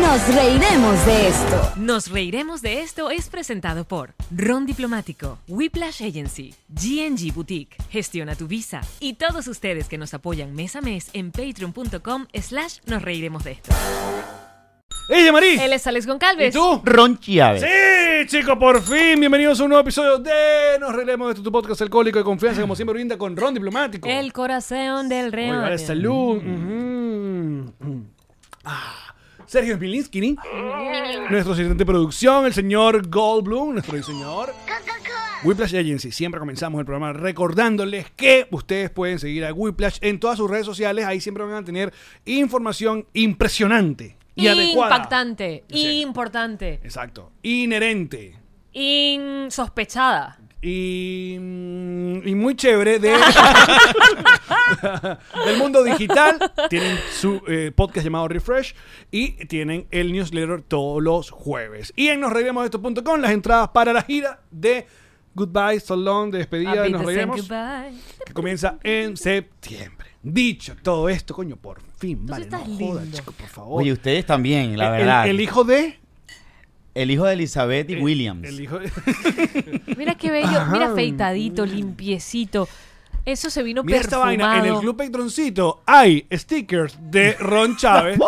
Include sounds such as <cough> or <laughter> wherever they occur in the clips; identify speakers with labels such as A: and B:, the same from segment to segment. A: Nos reiremos de esto.
B: Nos reiremos de esto es presentado por Ron Diplomático, Whiplash Agency, GNG Boutique, Gestiona tu Visa y todos ustedes que nos apoyan mes a mes en patreon.com slash nos reiremos de esto.
C: ¡Ella, Marí!
B: Él es Alex Goncalves.
C: ¿Y tú?
D: Ron Chiaves.
C: Sí, chicos, por fin. Bienvenidos a un nuevo episodio de Nos Reiremos de Esto, tu podcast alcohólico de confianza, como siempre brinda con Ron Diplomático.
B: El corazón del
C: Oye,
B: reino.
C: vale, salud. Ujú. Ah, Sergio Smilinski, nuestro asistente de producción, el señor Goldblum, nuestro diseñador. Whiplash Agency. Siempre comenzamos el programa recordándoles que ustedes pueden seguir a Whiplash en todas sus redes sociales. Ahí siempre van a tener información impresionante y adecuada.
B: Impactante,
C: Sí.
B: importante,
C: Exacto. Inherente.
B: insospechada.
C: y, mm, y muy chévere de, del mundo digital. Tienen su eh, podcast llamado Refresh y tienen el newsletter todos los jueves. Y en nosreiremosdeesto.com las entradas para la gira de Goodbye Salón de
B: I'll
C: despedida
B: be
C: de
B: the
C: Nos
B: same
C: Reiremos
B: goodbye.
C: que comienza en septiembre. Dicho todo esto, coño, por fin, vale, no
B: estás
C: jodas,
B: lindo.
C: chico, por favor.
D: Oye, ustedes también, la
C: El- el-
D: verdad.
C: El, hijo de
D: El hijo de Elizabeth y Williams.
C: El hijo
B: <laughs>
C: de-
B: Mira qué bello, mira afeitadito, limpiecito. Eso se vino
C: Mira esta
B: perfumado.
C: vaina, en el Club Patroncito hay stickers de Ron <laughs> Chávez.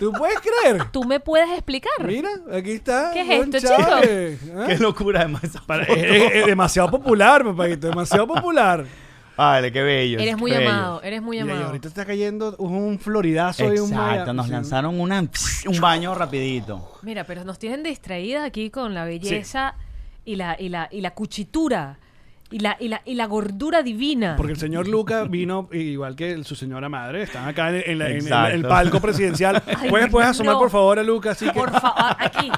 C: ¿Tú puedes creer?
B: Tú me puedes explicar.
C: Mira, aquí está.
B: ¿Qué es
C: Ron
B: esto, chico?
C: Chávez, ¿ah?
D: Qué locura, además. esa
C: Para- eh,
D: foto.
C: es- es demasiado popular, papadito, demasiado popular.
D: Vale, qué bello.
B: Eres muy
D: qué bello.
B: amado, eres muy
C: Mira, y
B: amado.
C: ahorita está cayendo un floridazo y un
D: Exacto, nos
C: sí.
D: lanzaron una, un baño rapidito.
B: Mira, pero nos tienen distraídas aquí con la belleza y, la, y, la, y la cuchitura y la, y la, y la gordura divina.
C: Porque el señor Luca vino igual que el- su señora madre. Están acá en, en la- en- en la-
D: Exacto.
C: el palco presidencial.
B: <laughs> Ay,
C: ¿Puedes, puedes asomar,
B: no.
C: por favor, a Luca? Así que,
B: Por favor, ah,
C: <laughs>
B: aquí.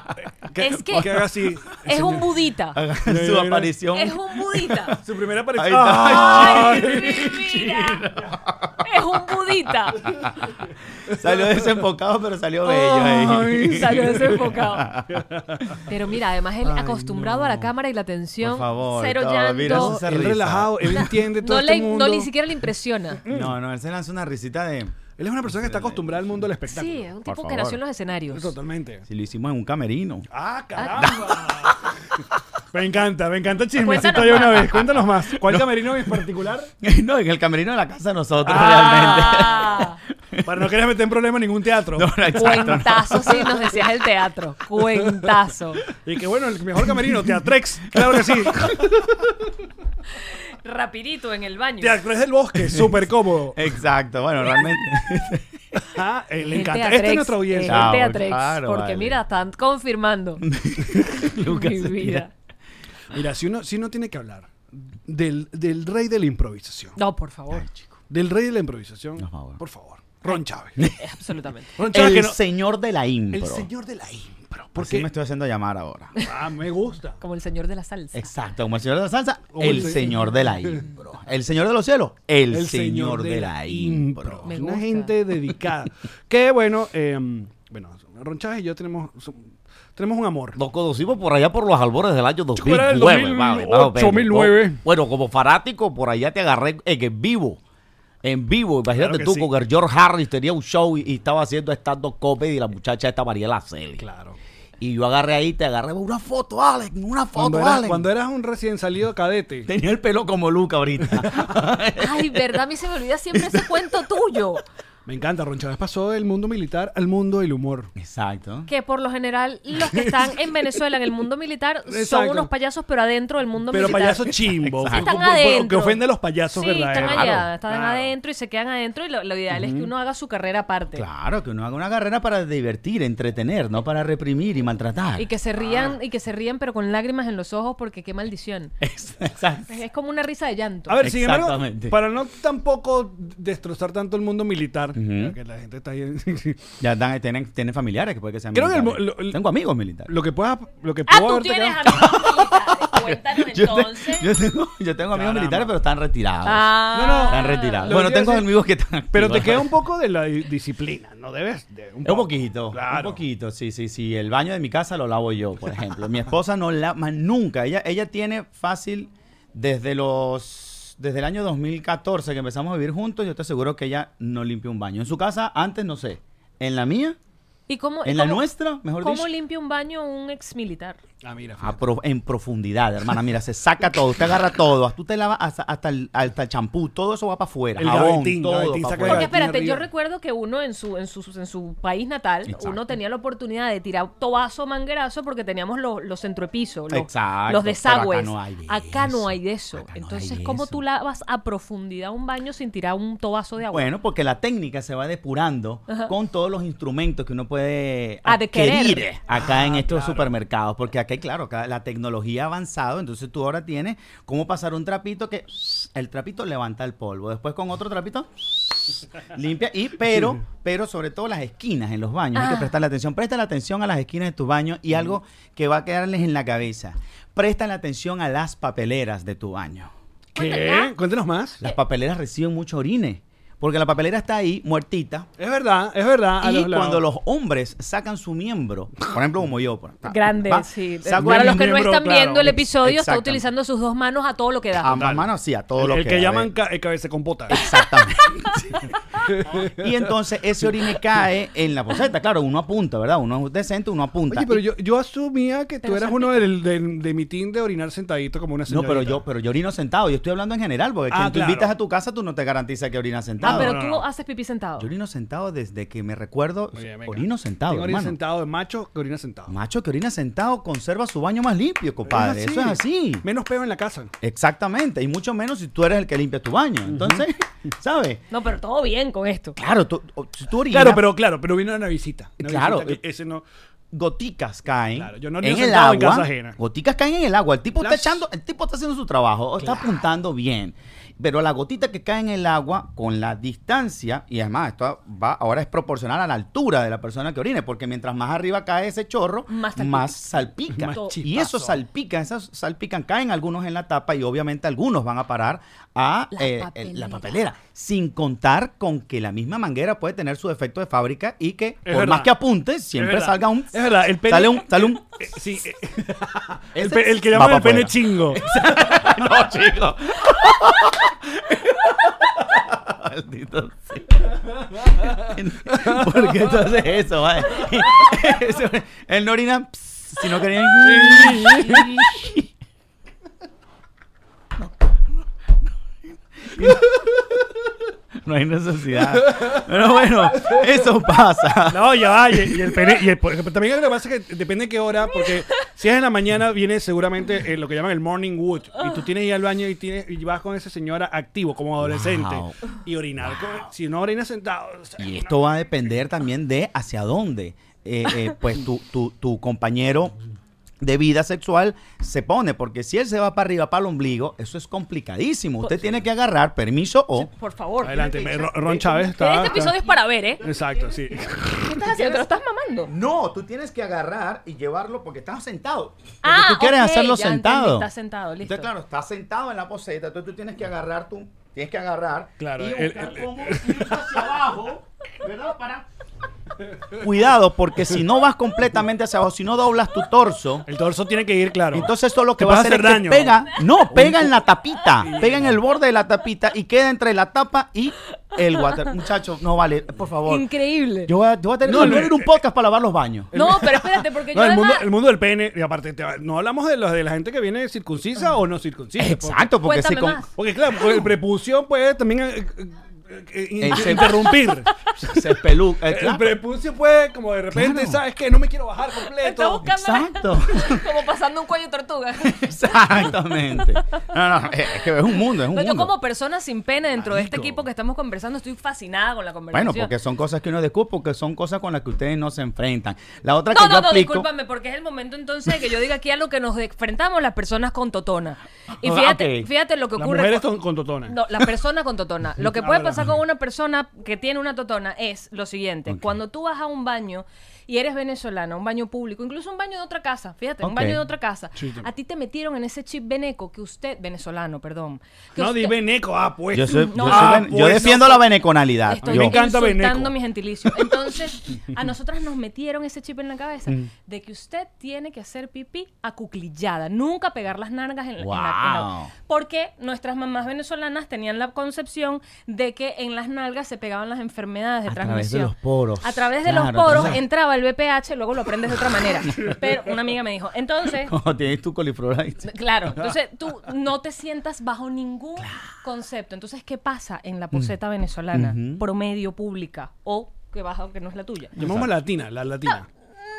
C: que-
B: es que
C: haga así.
B: es un budita.
C: mira,
D: Su
C: mira.
D: aparición.
B: Es un
C: <laughs>
B: budita.
C: Su primera
D: Ahí
C: aparición.
D: está.
B: Ay, mira. Es un budita.
D: Salió desenfocado, pero salió bello ahí.
C: Ay.
B: Salió
C: <laughs>
B: desenfocado. Pero mira, además él acostumbrado a la cámara y la atención.
D: Por favor.
B: cero
D: todo,
B: llanto.
D: mira esa
C: Él
D: risa.
C: relajado, él
B: <laughs>
C: entiende todo
B: No
C: este
B: le,
C: mundo.
B: no le- ni siquiera le
C: <laughs>
B: impresiona.
D: <laughs> No, no, él se lanzó una risita de.
C: Él es una persona que está acostumbrada al mundo del espectáculo.
B: Sí, es un
D: Por
B: tipo que
D: favor.
B: nació en los escenarios.
C: Totalmente.
D: Si lo hicimos en
C: <laughs>
D: un camerino.
C: ¡Ah, caramba! <laughs> me encanta, me encanta el chismecito
B: Cuéntanos
C: de una
B: más.
C: vez. Cuéntanos más. <laughs> ¿Cuál camerino en particular?
D: No, en el camerino de la casa
C: <laughs>
D: de nosotros,
B: Ah.
C: Para no querer meter en problema ningún teatro.
D: realmente. <laughs> No, exacto, no.
B: Cuentazo, sí, nos decías el teatro. Cuentazo.
C: Y que bueno, el mejor camerino, Teatrex. Claro <laughs> que sí.
B: Rapidito en el baño.
C: Teatrex del bosque, súper <laughs> cómodo.
D: Exacto, bueno, realmente.
C: Ah, eh, le
B: El
C: encanta.
B: Teatrex,
C: Esta es nuestra audiencia. Ah,
B: El
D: Chao,
B: Teatrex.
D: claro,
B: porque
D: vale.
B: mira, están
C: <laughs>
B: confirmando.
D: Lucas
B: <laughs> mi
D: se
B: vida. eh.
C: Mira, si uno, si uno tiene que hablar del, del rey de la improvisación,
B: No, por favor.
C: del rey de la improvisación,
D: No, por favor.
C: por favor, Ron <laughs> Chávez.
B: Absolutamente.
C: Ron Chávez,
D: El
C: que no-
D: señor de la impro.
C: el señor de la impro.
D: Porque
C: Porque
D: me estoy haciendo llamar ahora.
C: Ah, me gusta.
B: Como el señor de la salsa.
C: <laughs>
D: Exacto, como el señor de la salsa,
C: Como
D: el
C: el se-
D: señor de la impro. El señor de los cielos, el,
C: El
D: señor de la impro.
B: Me
C: Una
B: gusta. <laughs>
C: gente dedicada. que bueno, eh, bueno, Ron Chávez y yo tenemos, so- tenemos un amor.
D: Nos conocimos por allá por los albores del año
C: Fuera del
D: 2009.
C: 2008,
D: pero-
C: 2009.
D: Bueno, como fanático, por allá te agarré en, en vivo. En vivo, imagínate
C: Claro que
D: tú,
C: sí.
D: con el George Harris tenía un show y, y estaba haciendo stand-up comedy y la muchacha esta Mariela Celi.
C: Claro.
D: Y yo agarré ahí, te agarré una foto, Alex, una foto,
C: Cuando eras,
D: Alex.
C: cuando eras un recién salido cadete.
D: Tenía el pelo como Luca ahorita. <laughs>
B: Ay, verdad, a mí se me olvida siempre ese cuento tuyo.
C: Me encanta, Ron Chávez pasó del mundo militar al mundo del humor.
D: Exacto.
B: Que por lo general los que están en Venezuela en el mundo militar son
C: Exacto.
B: unos payasos, pero adentro del mundo
C: Pero
B: militar.
C: payaso chimbo.
B: Sí, están
C: que- que-
B: adentro.
C: Que ofende a los payasos,
B: Sí,
C: ¿verdad?
B: están allá,
C: Claro,
B: están
C: claro.
B: adentro y se quedan adentro y lo, lo ideal es que uno haga su carrera aparte.
D: Claro, que uno haga una carrera para divertir, entretener, no para reprimir y maltratar.
B: Y
D: <laughs>
B: que se rían,
D: Ah.
B: y que se ríen pero con lágrimas en los ojos porque qué maldición.
D: Exacto.
B: Es como una risa de llanto.
C: A ver, sin embargo,
D: Exactamente.
C: para no tampoco destrozar tanto el mundo militar,
D: Ujú.
C: que la gente está ahí.
D: Ya dan- tienen, tienen familiares que puede que sean
C: Creo que el
D: militares.
C: mo- lo- lo-
D: Tengo amigos
C: <laughs>
D: militares.
C: lo que pueda, lo que
B: Ah,
C: puedo
B: tú
C: haberte
B: tienes
C: quedado-
B: amigos
D: <laughs>
B: militares. Cuéntanos
D: Yo te-
B: entonces.
D: Yo tengo, yo tengo amigos
C: Caramba.
D: militares, pero están retirados.
B: Ah.
C: No, no.
D: Están retirados.
C: Lo
D: Bueno,
C: que te iba
D: tengo
C: a decir-
D: amigos que están.
C: Pero te
D: activos.
C: queda un poco de la di- disciplina, ¿no debes? De-
D: Un poquito,
C: Claro.
D: un poquito, sí, sí, sí. El baño de mi casa lo lavo yo, por ejemplo. Mi esposa no lava nunca. Ella, ella tiene fácil desde los desde el año 2014 que empezamos a vivir juntos. Yo te aseguro que ella no limpia un baño. En su casa antes no sé. En la mía,
B: ¿Y cómo,
D: en
B: y
D: la
B: cómo-
D: nuestra, mejor
B: ¿Cómo
D: dicho,
B: limpia un baño un ex militar?
C: Ah, mira.
D: a
C: fíjate.
D: pro- en profundidad, hermana. Mira, se saca todo, usted agarra todo, tú te lavas hasta, hasta el hasta el champú, todo eso va para afuera.
C: El
D: jabón,
C: gavetín,
D: todo
C: gavetín, saca
D: pa'
C: el
D: afuera.
B: Porque
C: gavetín
B: espérate, yo
C: arriba.
B: recuerdo que uno en su, en su, en su país natal,
D: Exacto.
B: uno tenía la oportunidad de tirar tobazo manguerazo porque teníamos los, los centroepisos, los,
D: Exacto,
B: los
D: pero
B: desagües.
D: acá no hay de
B: Acá no
D: eso.
B: hay de eso.
D: Acá no
B: Entonces,
D: hay de
B: ¿cómo
D: eso.
B: tú lavas a profundidad un baño sin tirar un tobazo de agua?
D: Bueno, porque la técnica se va depurando con todos los instrumentos que uno puede
B: Adquirir.
D: adquirir acá en estos supermercados. Porque acá, claro, acá la tecnología ha avanzado, entonces tú ahora tienes cómo pasar un trapito que el trapito levanta el polvo. Después con otro trapito limpia y pero pero sobre todo las esquinas en los baños hay que
B: Ah.
D: prestarle atención presta atención a las esquinas de tus baños y algo que va a quedarles en la cabeza presta atención a las papeleras de tu baño
C: ¿Qué? Cuéntenos más.
D: las papeleras reciben mucho orine. Porque la papelera está ahí, muertita.
C: Es verdad, es verdad. Ah, a
D: y
C: los lados.
D: cuando los hombres sacan su miembro, por ejemplo, como yo. por-
B: Grande,
D: va,
B: sí.
D: saco
B: Para
D: mi
B: los que no
C: miembro,
B: están
C: claro.
B: viendo el episodio, está
D: Exactamente.
B: utilizando sus dos manos a todo lo que da.
D: Ambas manos así, a todo lo
C: el, el que
D: da,
C: llaman
D: <laughs> ¿ves?
C: ca- el cabeza compota.
D: Exactamente. y entonces ese orine cae en la poseta. Claro, uno apunta, ¿verdad? Uno es decente, uno apunta.
C: Oye, pero
D: Y-
C: yo, yo asumía que tú
B: Pero
C: eras uno del, del- de mi team de orinar sentadito como una
D: no,
C: señorita.
D: pero yo, pero yo orino sentado. Yo estoy hablando en general, porque
C: Ah,
D: quien
C: claro.
D: tú invitas a tu casa, tú no te garantizas que orinas
B: Ah,
D: sentado.
B: pero
C: no,
B: tú
C: no.
B: haces pipí sentado.
D: Yo orino sentado desde que me recuerdo.
C: Oye, venga.
D: pues, Orino sentado,
C: Tengo orina
D: hermano.
C: sentado de macho que orina sentado.
D: Macho que orina sentado conserva su baño más limpio, compadre. Eso es así.
C: Menos peo en la casa.
D: Exactamente. Y mucho menos si tú eres el que limpia tu baño. Entonces, ¿sabes?
B: No, pero todo bien con esto.
D: Claro, tú, o- si tú orinas,
C: Claro, pero claro, pero vino una visita. Una
D: Claro.
C: visita que ese no.
D: goticas caen
C: Claro, yo no orino
D: en el
C: sentado en
D: agua.
C: casa ajena.
D: Goticas caen en el agua. El tipo
C: Las-
D: está echando, el tipo está haciendo su trabajo, o está apuntando bien. Pero la gotita que cae en el agua con la distancia, y además esto va, ahora es proporcional a la altura de la persona que orine, porque mientras más arriba cae ese chorro,
B: Más
D: más
B: salpica.
D: salpica.
C: Más
D: y eso
C: chispazo.
D: salpica, esas salpican, caen algunos en la tapa y obviamente algunos van a parar a
B: La
D: eh, eh, la papelera. Sin contar con que la misma manguera puede tener su defecto de fábrica y que, por
C: verdad.
D: más que apuntes,
C: Es
D: siempre
C: verdad.
D: salga un.
C: Es verdad, el pene-
D: Sale un. Sale un
C: Eh, sí. eh, el,
D: Ese
C: pe- el que
D: va
C: llaman
D: pa'
C: el pene
D: afuera.
C: chingo.
D: <laughs> no, chico. Maldito sea. ¿Por qué tú haces eso, vale? Eso- Él no orina, pss, sino que orina. No hay necesidad. Pero bueno, eso pasa.
C: No, ya va. Y, y el pene. Y el, por- también lo que pasa es que depende de qué hora, porque si es en la mañana, viene seguramente eh, lo que llaman el morning wood. Y tú tienes que ir al baño y, tienes, y vas con esa señora activo, como adolescente.
D: Wow.
C: Y orinar. con- si no orina sentado. o sea,
D: Y esto va a depender también de hacia dónde, eh, eh, pues tu, tu, tu compañero de vida sexual se pone, porque si él se va para arriba, para el ombligo, eso es complicadísimo.
B: Pues
D: Usted tiene que agarrar permiso o...
B: Por favor.
C: Adelante. me- Ron Ron Chávez está.
B: Este episodio es para ver, ¿eh?
C: está- Exacto, sí.
B: ¿Qué estás haciendo? ¿Te lo estás mamando?
D: No, tú tienes que agarrar y llevarlo porque estás sentado. Porque
B: Ah,
D: tú quieres
B: ok,
D: hacerlo
B: ya entendí,
D: sentado.
B: estás sentado, listo.
D: Entonces, claro, estás sentado en la poseta, entonces tú tienes que agarrar tú, tienes que agarrar
C: Claro,
D: y
C: el-
D: buscar
C: el-
D: cómo ir hacia abajo,
C: <laughs>
D: ¿verdad? Para Cuidado, porque si no vas completamente hacia abajo, si no doblas tu torso,
C: El torso tiene que ir, claro.
D: entonces eso lo que
C: Te
D: va a
C: vas a
D: hacer es
C: hacer
D: que
C: daño.
D: pega, no, pega en la tapita, pega en el borde de la tapita y queda entre la tapa y el
C: <laughs>
D: water. Muchacho, no vale, por favor.
B: Increíble.
D: Yo voy a, yo voy a tener
C: No, eh,
D: que
C: no,
D: abrir un podcast para lavar los baños.
B: no, pero espérate, porque
C: No,
B: yo
C: el, mundo,
B: además...
C: el mundo del pene, y aparte, te va- no hablamos de, los, de la gente que viene circuncisa o no circuncisa. porque-
D: Exacto, porque si
B: Cuéntame
D: con,
B: más.
C: pues, Porque, claro, porque el prepucio puede también eh, eh, eh, in-
D: Ese- <laughs>
C: interrumpir.
D: Se espelu- eh,
C: El
D: claro.
C: prepucio puede, como de repente,
D: Claro.
C: ¿sabes qué? No me quiero bajar
B: Está
C: completo.
B: buscando
D: Exacto.
B: <laughs> como pasando un cuello de
D: <laughs>
B: tortuga.
D: Exactamente. No, no, es que es un mundo, es un
B: No, yo
D: mundo.
B: como persona sin pena dentro de este
C: Marico.
B: equipo que estamos conversando, estoy fascinada con la conversación.
D: Bueno, porque son cosas que uno descubre, porque son cosas con las que ustedes no se enfrentan. La otra que
B: No,
D: yo
B: no, no,
D: aplico.
B: discúlpame, porque es el momento entonces de que yo diga aquí a lo que nos enfrentamos las personas con totona. Y
D: Ah,
B: fíjate,
D: ok.
B: fíjate lo que
C: Las
B: ocurre.
C: mujeres
B: con-
C: con, con totona.
B: No, la persona con
D: <laughs>
B: totona. Lo que
C: Ah,
B: puede
C: verdad.
B: pasar con una persona que tiene una totona es lo siguiente. Cuando tú vas a un baño y eres venezolana, un baño público, incluso un baño de otra casa, fíjate, un
D: Ok.
B: baño de otra casa,
C: Sí, sí.
B: a ti te metieron en ese chip veneco que usted, venezolano, perdón. que
C: No,
B: usted-
C: di Beneco. Ah, pues.
D: Yo, soy-
B: No,
D: yo, soy
B: ah,
D: ven- yo
C: pues,
D: defiendo la veneconalidad.
B: Estoy
C: me
D: yo.
C: encanta
B: insultando
C: Beneco.
B: mi gentilicio.
D: <laughs>
B: Entonces, a nosotras nos metieron ese chip en la cabeza
D: Mm.
B: de que usted tiene que hacer pipí acuclillada, nunca pegar las nalgas en la, en la- en la-
D: Wow.
B: Porque nuestras mamás venezolanas tenían la concepción de que en las nalgas se pegaban las enfermedades de
D: A través de
B: transmisión.
D: los poros.
B: A través de los
D: Claro,
B: poros
D: claro.
B: entraba el BPH, luego lo aprendes de otra manera. Pero una amiga me dijo,
D: <laughs>
B: entonces,
D: Como <laughs> tienes tu coliflor ahí. <laughs>
B: Claro, entonces tú no te sientas bajo ningún concepto. Entonces, ¿qué pasa en la poseta venezolana
D: Mm. Ujú.
B: promedio pública o que baja que no es la tuya?
C: Llamamos latina, la latina.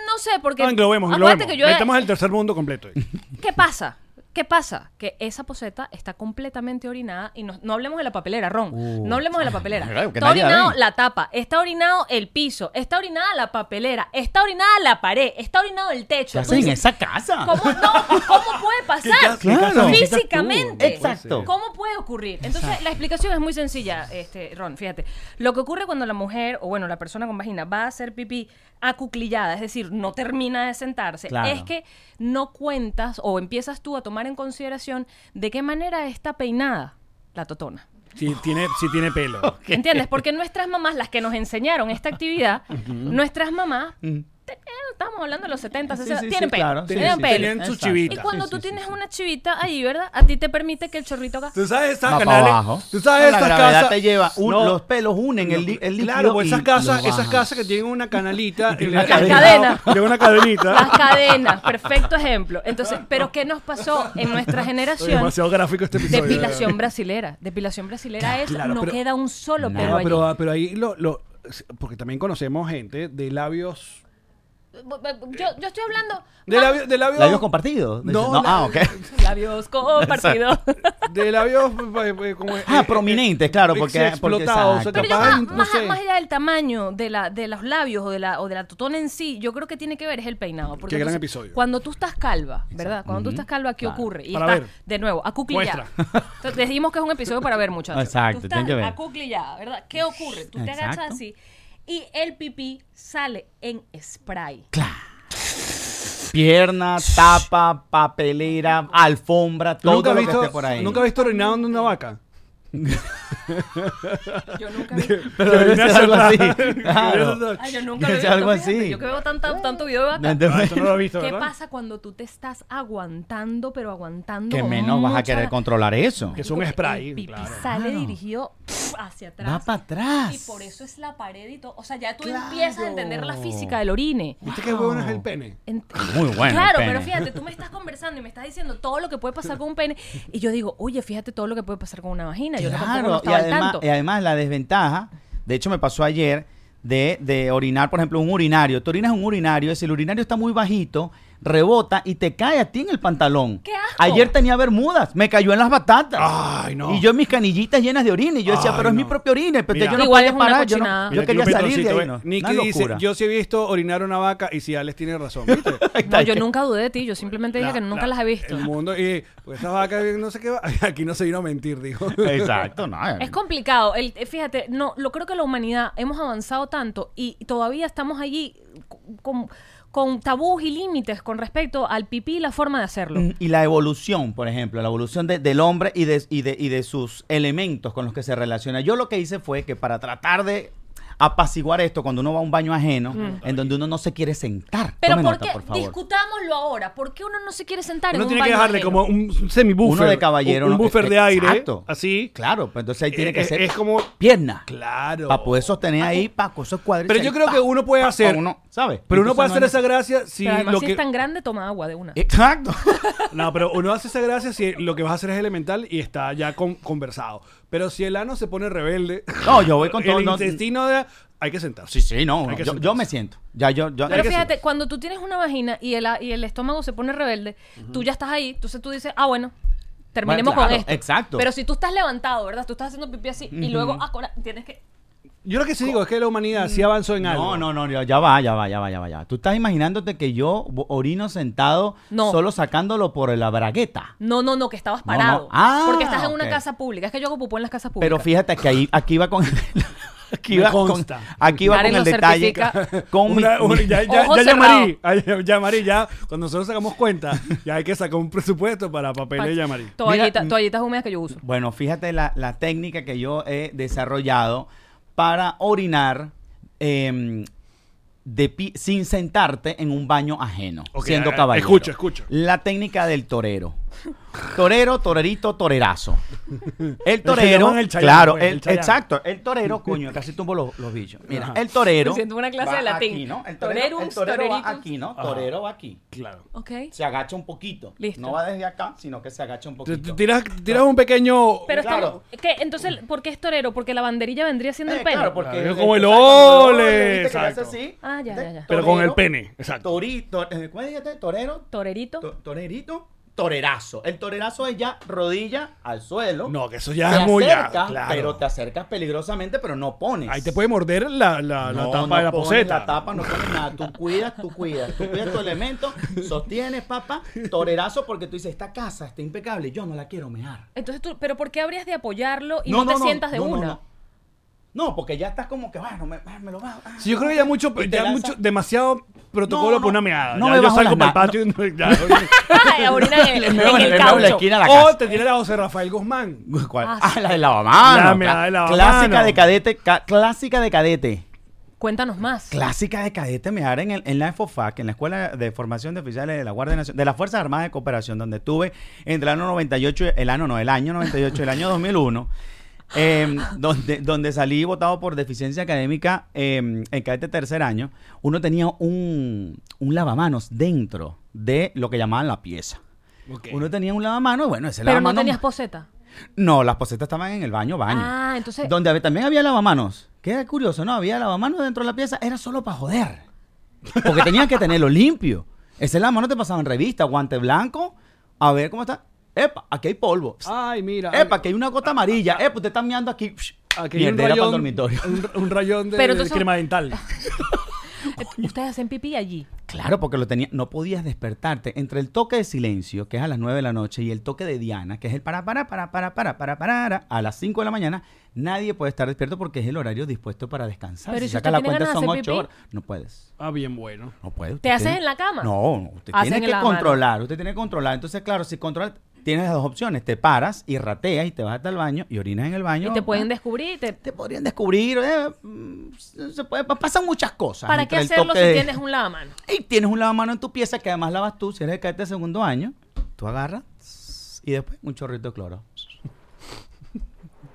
B: No sé, porque
C: No, englobemos,
B: acuérdate
C: englobemos.
B: que yo
C: Metamos el tercer mundo completo. ahí.
B: ¿Qué pasa? ¿Qué pasa? Que esa poseta está completamente orinada y no, no hablemos de la papelera, Ron.
D: Uh.
B: no hablemos de la papelera.
D: Claro, que
B: está
D: nadie la
B: orinado
D: ve.
B: la tapa, está orinado el piso, está orinada la papelera, está orinada la pared, está orinado el techo.
D: ¿Qué
B: Tú
D: hacen en
B: dices,
D: esa casa?
B: pues ¿Cómo,
D: <laughs>
B: no, ¿cómo puede pasar?
D: ¿Qué casa
C: Claro.
D: necesitas tú?
B: Físicamente.
D: Exacto.
B: ¿Cómo puede ocurrir? Entonces, la explicación es muy sencilla, este, Ron, fíjate. Lo que ocurre cuando la mujer, o bueno, la persona con vagina, va a hacer pipí acuclillada, es decir, no termina de sentarse,
D: Claro.
B: es que no cuentas o empiezas tú a tomar en consideración de qué manera está peinada la totona.
C: Si tiene, si tiene pelo.
D: <laughs>
B: ¿Entiendes? Porque nuestras mamás, las que nos enseñaron esta actividad, nuestras mamás, tenían- estamos hablando de los 70,
D: Sí,
B: 60,
D: sí,
B: pues, tienen
D: sí,
B: pelo,
D: claro, sí,
B: tenían
D: sí,
B: pelo.
C: Tenían su
D: Exacto.
C: chivita.
B: Y cuando
D: Sí,
B: tú
D: sí,
B: tienes
D: sí.
B: una chivita ahí, ¿verdad? A ti te permite que el chorrito acá...
C: Tú sabes esas
D: Va pa'
C: canales.
D: abajo.
C: Tú sabes
D: la
C: esas
D: gravedad
C: casas.
D: te lleva, un-
C: No,
D: los pelos unen el, li- el líquido
C: Claro, pues esas
D: y
C: casas,
D: lo
C: esas
D: bajan.
C: casas que tienen una
D: <laughs>
C: canalita. y
D: Una
C: le-
D: cadena.
B: Cadena.
C: Le una cadenita. <laughs>
B: Las cadenas, perfecto ejemplo. Entonces, ¿pero qué nos pasó en nuestra
C: Estoy
B: generación?
C: demasiado gráfico este episodio.
B: Depilación brasilera. Depilación brasilera es,
C: Claro,
B: no
C: pero-
B: queda un solo
D: No,
B: pelo
C: No,
B: allí.
C: pero, ah, pero ahí lo, lo- Porque también conocemos gente de labios.
B: Yo, yo estoy hablando
C: De,
B: más-
C: labio- de labios.
D: ¿La habías compartido?
C: No,
D: Dices,
C: la- <laughs>
D: ah, ok. <laughs>
B: labios compartidos.
C: De labios. eh, eh, como, eh,
D: Ah,
C: eh,
D: prominentes, claro,
C: ex-
D: porque- porque
C: Explotados. o sea,
D: exacto.
B: Pero yo ah, más,
C: capaz, no
B: más-
C: sé.
B: más allá del tamaño de, la, de los labios o de, la, o de la totona en sí, yo creo que tiene que ver es el peinado. Porque
C: Qué gran
B: entonces,
C: episodio.
B: Cuando tú estás calva, ¿verdad? Cuando tú estás calva, ¿qué
D: Claro.
B: ocurre? Y
C: Para
B: estás,
C: ver.
B: de nuevo, acuclillada.
C: Muestra.
B: <laughs> Entonces, decimos que es un episodio para ver, muchachos.
D: Exacto,
B: tú estás
D: tiene que ver.
B: acuclillada, ¿verdad? ¿Qué ocurre? Tú te agachas
D: Exacto.
B: así y el pipí sale en spray.
D: Pierna, tapa, papelera, alfombra, todo
C: ¿Nunca
D: lo
C: has
D: que esté
C: visto,
D: por ahí.
C: ¿Nunca has visto orinado en una vaca?
B: Yo nunca vi...
D: <laughs> Pero debe ser algo así. <laughs> Claro.
C: Claro.
B: Ay, yo nunca lo he
D: Es
B: visto.
D: algo
B: fíjate,
D: así.
B: Yo que veo tanto, tanto video de vaca.
C: Ah, eso no
D: <laughs>
C: lo he visto,
B: ¿Qué
C: ¿verdad?
B: pasa cuando tú te estás aguantando, pero aguantando?
D: Que
B: con
D: menos vas a
B: mucha-
D: querer controlar eso.
C: Que son
B: El
C: spray.
B: pipí
C: claro.
B: sale
D: Claro.
B: dirigido pf, hacia atrás.
D: Va para
B: Y
D: atrás.
B: por eso es la pared y todo. O sea, ya tú
D: Claro.
B: empiezas a entender la física del orine.
C: ¿Viste qué bueno es el pene?
B: Ent-
D: Ah, Muy bueno.
B: claro,
D: el
B: pero
D: pene.
B: fíjate, tú me estás conversando y me estás diciendo todo lo que puede pasar con un pene. Y yo digo, oye, fíjate todo lo que puede pasar con una vagina. Yo no tampoco no
D: Claro,
B: estaba
D: y
B: al
D: además,
B: tanto.
D: y además la desventaja, de hecho me pasó ayer, de, de orinar, por ejemplo, un urinario. Tú orinas un urinario, si el urinario está muy bajito, rebota y te cae a ti en el pantalón.
B: ¡Qué asco!
D: Ayer tenía bermudas, me cayó en las batatas.
C: Ay, no.
D: Y yo en mis canillitas llenas de orina. Y yo decía,
C: Ay,
D: pero es mi
C: no.
D: propio orina, pero
C: Mira.
D: yo no
B: Igual
D: podía
B: es una
D: parar. Yo, no-
B: cochinada.
D: yo
C: Mira,
D: quería
C: aquí un
D: salir de
C: pitoncito,
D: ahí.
C: ¿eh?
D: ¿no?
C: Nicky
D: Una
C: dice,
D: locura.
C: yo sí he visto orinar a una vaca y si Alex tiene razón,
D: <laughs>
C: ¿viste?
B: No, yo nunca dudé de ti. Yo simplemente dije
C: La-
B: que nunca
C: la-
B: las he visto.
C: El mundo, y pues esas vacas, no sé qué va. <laughs> Aquí no se vino a mentir, dijo.
D: <laughs> Exacto, no.
B: Es complicado. El, eh, fíjate, no, lo creo que la humanidad hemos avanzado tanto y todavía estamos allí con, con tabús y límites con respecto al pipí y la forma de hacerlo.
D: Mm, Y la evolución, por ejemplo, la evolución de- del hombre y de, y, de, y de sus elementos con los que se relaciona. Yo lo que hice fue que para tratar de apaciguar esto, cuando uno va a un baño ajeno, en donde uno no se quiere sentar.
B: Mm. Pero
D: Tome
B: ¿por
D: nota,
B: qué?
D: por favor.
B: Discutámoslo ahora. ¿Por qué uno no se quiere sentar en
C: Uno
B: un
C: tiene que
B: baño
C: dejarle
B: ajeno?
C: como un semi-buffer.
D: Uno de caballero.
C: Un,
D: ¿no?
C: un buffer
D: Eh,
C: de aire.
D: Exacto.
C: Así.
D: Claro, pero entonces ahí tiene
C: Eh,
D: que
C: eh,
D: ser
C: es como-
D: pierna.
C: Claro.
D: Para poder sostener ahí, Paco, esos cuadritos.
C: Pero yo creo que uno puede hacer
D: uno. ¿sabes?
C: Pero uno
D: Entonces
C: puede
D: no
C: hacer
D: es
C: esa gracia si
B: Pero además,
C: lo
B: si
C: que...
B: es tan grande, toma agua de
D: Eh,
B: una.
D: Exacto.
C: <laughs>
D: <laughs>
C: No, pero uno hace esa gracia si lo que vas a hacer es elemental y está ya con- conversado. Pero si el ano se pone rebelde...
D: No, yo voy con
C: <laughs>
D: todo.
C: El
D: no-
C: intestino de... Hay que sentarse.
D: Sí, sí,
C: <laughs>
D: no.
C: Hay que
D: Yo,
C: sentarse.
D: yo me siento. Ya, yo, yo-
B: Pero
D: hay que
B: fíjate,
D: sentarse.
B: cuando tú tienes una vagina y el, y el estómago se pone rebelde, tú ya estás ahí, entonces tú dices, ah, bueno, terminemos
D: Bueno,
B: con
D: claro,
B: esto.
D: exacto.
B: Pero si tú estás levantado, ¿verdad? Tú estás haciendo pipí así y luego ah, cora- tienes que...
C: Yo lo que sí digo es que la humanidad sí avanzó en algo.
D: No, no, no, ya, ya va, ya va, ya va, ya va, ya va. Tú estás imaginándote que yo bo- orino sentado
B: No.
D: solo sacándolo por la bragueta.
B: No, no, no, que estabas
D: No, no.
B: parado.
D: Ah,
B: porque estás en una
D: ok.
B: casa pública. Es que yo hago pupó en las casas públicas.
D: Pero fíjate que ahí, aquí va con... <laughs> Aquí
C: Me
D: va con,
C: consta.
D: aquí va
B: Karen
D: con el
B: lo
D: detalle.
B: certifica.
D: Con mi-
C: Una- una-
D: mi-
C: ya, ya,
B: Ojo
C: ya llamarí,
B: cerrado.
C: ay, ya, llamarí, ya. Cuando nosotros sacamos cuenta, ya hay que sacar un presupuesto para papel de llamarí.
B: Toallita-
D: Mira, mm.
B: toallitas húmedas que yo uso.
D: Bueno, fíjate la, la técnica que yo he desarrollado para orinar em, de pi- sin sentarte en un baño ajeno,
C: Ok,
D: siendo
C: eh,
D: caballero.
C: escucho, escucho.
D: La técnica del torero. Torero, torerito, torerazo.
C: Lo
D: El
C: que
D: torero,
C: llaman el chayán,
D: claro,
C: pues, el
D: el-
C: chayán.
D: exacto, el torero, coño, casi tumbo los, los bichos. Mira,
C: Ajá.
D: el torero
B: Me siento una clase
D: va
B: de latín.
D: aquí, ¿no? El torero, el
B: Toreros,
D: torero va
B: toreritos.
D: aquí, ¿no? Torero va aquí.
C: Claro.
B: Ok.
D: Se agacha un poquito.
B: Listo.
D: No va desde acá, sino que se agacha un
C: Tú- tú
D: poquito.
C: Tiras, tiras un pequeño...
B: Pero
D: Claro.
B: estamos... ¿qué? Entonces, ¿por qué es torero? Porque la banderilla vendría siendo
D: Eh,
B: el pelo.
D: Claro, porque
C: Claro, como el
D: exacto,
C: ole,
D: ¿viste que le hace
C: exacto.
D: así?
B: Ah, ya,
D: De-
B: ya, ya.
C: Pero con el pene, exacto.
D: Torito, eh, ¿cómo es este? Torero,
B: Torerito.
D: to- torerito, torerazo. El torerazo es ya rodilla al suelo.
C: No, que eso
D: te
C: ya es muy... ya,
D: acercas,
C: claro.
D: pero te acercas peligrosamente, pero no pones.
C: Ahí te puede morder la, la, la
D: No,
C: tapa
D: no
C: de la
D: pones
C: poseta.
D: La tapa no pones nada. Tú cuidas, tú cuidas. Tú cuidas tu elemento, sostienes, papá, torerazo, porque tú dices, esta casa está impecable, yo no la quiero mear.
B: Entonces tú... ¿Pero por qué habrías de apoyarlo y no, te sientas de
D: no, no,
B: una?
D: No, No, porque ya estás como que, bueno, me, me lo va. ah".
C: Sí, yo creo que ya mucho,
D: Y te
C: ya
D: lanza-
C: mucho, demasiado protocolo
D: No, no.
C: por una meada.
D: No
C: ya,
D: me
C: yo
D: bajo
C: salgo
D: las
C: para el
D: na-
C: patio y ya, oye.
B: Ahorita en,
D: <laughs>
B: el- en el
D: la
B: caucho.
D: esquina de la
C: O
D: casa.
C: te tiene la José Rafael Guzmán.
D: <laughs> ¿Cuál?
B: Ah,
D: Ah,
B: sí.
D: la de lavamanos.
C: La meada
D: Cla-
C: de lavamanos.
D: Clásica de cadete, ca- clásica de cadete.
B: Cuéntanos más.
D: Clásica de cadete mear en, el, en la EFOFAC, en la Escuela de Formación de Oficiales de la Guardia Nacional, de las Fuerzas Armadas de Cooperación, donde estuve entre el año 98, y- el año no, el año 98 y el año 2001, <laughs> em, donde, donde salí votado por deficiencia académica em, en cadete tercer año, uno tenía un, un lavamanos dentro de lo que llamaban la pieza. Uno tenía un lavamanos, y bueno, ese
B: Pero no
D: lavamanos...
B: tenías poseta.
D: No, las posetas estaban en el baño, baño.
B: Ah, entonces-
D: Donde hab- también había lavamanos. Que era curioso, ¿no? Había lavamanos dentro de la pieza, era solo para joder. Porque tenían que tenerlo limpio. Ese lavamanos te pasaban revista, guante blanco, a ver cómo está. Epa, aquí hay polvo.
C: Ay, Ah, mira.
D: Epa, aquí hay una gota amarilla. Epa, usted está mirando aquí. Psh,
C: Aquí hay un
D: Mierda, era para el
C: rayón,
D: dormitorio.
C: Un, un rayón de,
B: Pero
C: de
B: entonces-
C: crema dental.
B: Eh,
D: <laughs>
B: Ustedes hacen pipí allí.
D: Claro, porque lo tenía, no podías despertarte entre el toque de silencio, que es a las 9 de la noche, y el toque de Diana, que es el para, para, para, para, para, para, para, para, a las 5 de la mañana, nadie puede estar despierto porque es el horario dispuesto para descansar.
B: Pero ¿y si
D: sacas
B: usted tiene ganas de
D: son
B: hacer
D: ocho
B: pipí?
D: horas. No puedes.
C: Ah, bien bueno.
D: No puedes.
B: ¿Te
D: usted
B: haces
D: tiene-
B: en la cama?
D: No, no, usted
B: Hacen
D: tiene
B: en
D: que
B: la mano.
D: controlar, usted tiene que controlar. Entonces, claro, si controlas, tienes las dos opciones, te paras y rateas y te vas hasta el baño y orinas en el baño.
B: Y te pueden
D: Ah,
B: descubrir. y te-
D: te podrían descubrir, eh, mm, se puede, pasan muchas cosas.
B: ¿Para qué
D: entre el
B: hacerlo
D: toque
B: si
D: de-
B: tienes un lavamano?
D: y tienes un lavamano en tu pieza que además lavas tú, si eres el cadete de segundo año, tú agarras tss, y después un chorrito de cloro.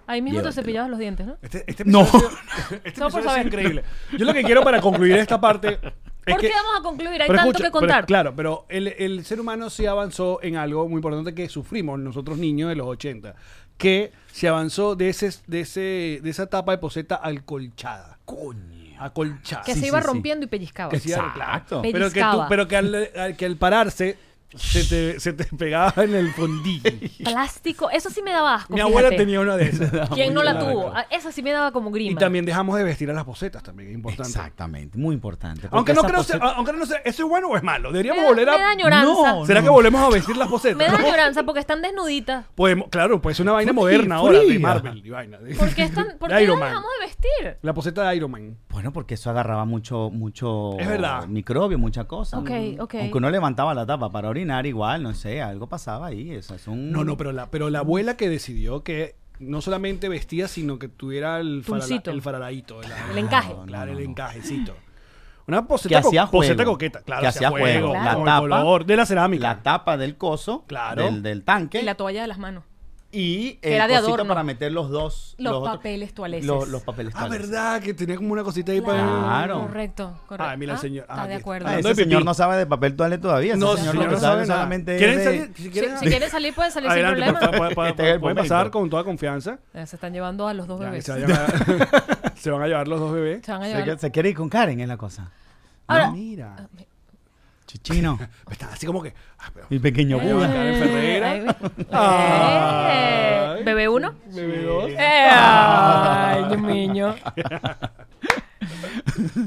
B: Ahí mismo te
D: Llévatelo.
B: cepillabas los dientes, ¿no?
C: Este, este
D: No.
C: episodio-
B: Solo
C: <laughs> Este
B: por
C: episodio ha sido
B: saber.
C: increíble. Yo lo que quiero para concluir esta parte. es
B: ¿Por
C: que-
B: qué vamos a concluir? Hay
C: pero
B: tanto
C: escucha,
B: que contar.
C: pero- claro, pero el, el ser humano sí avanzó en algo muy importante que sufrimos nosotros niños de los 80, que se avanzó de, ese, de, ese, de esa etapa de poseta alcolchada. Coño. Acolchada.
B: que
D: Sí,
B: se iba
D: sí, sí.
B: rompiendo y pellizcaba.
C: Que sí,
D: Exacto.
C: claro. Pero que, tú,
B: Pellizcaba.
C: pero que, al, al- que al pararse se te, se te pegaba en
B: <laughs>
C: el fondillo.
B: Plástico. Eso sí me daba asco.
C: Mi abuela
B: fíjate.
C: tenía una de esas.
B: <laughs> ¿Quién no la
C: Claro.
B: tuvo? Ah, Esa sí me daba como grima.
C: Y también dejamos de vestir a las bocetas, también es importante.
D: Exactamente, muy importante. porque
C: Aunque no,
D: esa
C: creo
D: poseta-
C: sea- Ah. aunque no sé, ¿eso es bueno o es malo?
B: Me
C: Deberíamos
B: da,
C: volver a...
B: me da añoranza.
D: No,
C: ¿Será que volvemos a vestir las bocetas?
B: Me da
C: ¿No?
B: añoranza porque están desnuditas.
C: Podemos, claro, pues es una vaina
D: Fría,
C: moderna ahora de
D: fría.
C: Marvel y vaina. de- <laughs>
B: ¿Por qué, están, ¿por
C: de
B: qué
C: Iron
B: las
C: Man.
B: dejamos de vestir?
C: La poseta de Iron Man.
D: Bueno, porque eso agarraba mucho, mucho
C: Es verdad.
D: microbio, mucha cosa. Mm.
B: Ok, ok.
D: Aunque uno levantaba la tapa para orinar, igual, no sé, algo pasaba ahí. Eso es un...
C: No, no, pero la, pero la abuela que decidió que no solamente vestía, sino que tuviera el, farala,
B: Tuncito.
C: el faralaíto. El,
B: El encaje.
C: Claro,
D: No, no,
C: el
D: no.
C: encajecito. Una poseta,
D: que hacía
C: co- poseta
D: juego.
C: coqueta. Claro,
D: que hacía juego. La
C: con el
D: tapa,
C: color de la cerámica.
D: la tapa del coso,
C: Claro.
D: del, del tanque.
B: Y la toalla de las manos.
D: y eh,
B: Que era de
D: cosita
B: adorno.
D: para meter los dos.
B: Los
D: otros-
B: papeles toaleces.
D: Los, los papeles
C: Ah,
D: toaleces.
C: verdad, que tenía como una cosita ahí para.
D: Claro.
B: Correcto, correcto.
C: Ah, mira el señor.
B: Está
C: Ah,
B: de
C: aquí está.
B: acuerdo.
D: Ah,
C: Hablando
D: ese
C: de pipí.
D: señor no sabe de papel toalete todavía.
C: No,
D: ese
C: señor,
D: señor lo
C: no
D: que sabe
C: sabe nada.
D: solamente
C: ¿Quieren
D: es de-
C: salir? Si
B: Si,
C: quieren,
B: si quieren salir, pueden salir
C: adelante,
B: sin
C: por
B: <laughs>
C: favor,
B: problema.
C: puede- puede-
D: Este es el
C: puede
D: momento.
C: pasar con toda confianza.
B: Eh, Se están llevando a los dos
C: Ya,
B: bebés.
C: se,
B: Se
C: van a
D: <laughs>
C: llevar- se van a llevar los dos bebés.
B: van a
D: Se,
B: llevar.
D: que- se quiere ir con Karen, es la cosa.
B: Ahora, ah,
C: Mira.
D: Chichino.
C: Está así como que. ah, pero-
D: Mi pequeño
C: Ahí va
D: Buda.
C: Karen Ferreira.
B: Ahí va.
C: Ay.
B: Eh, ¿Bebé uno?
C: Bebé dos.
B: Eh, ay, Dios mío.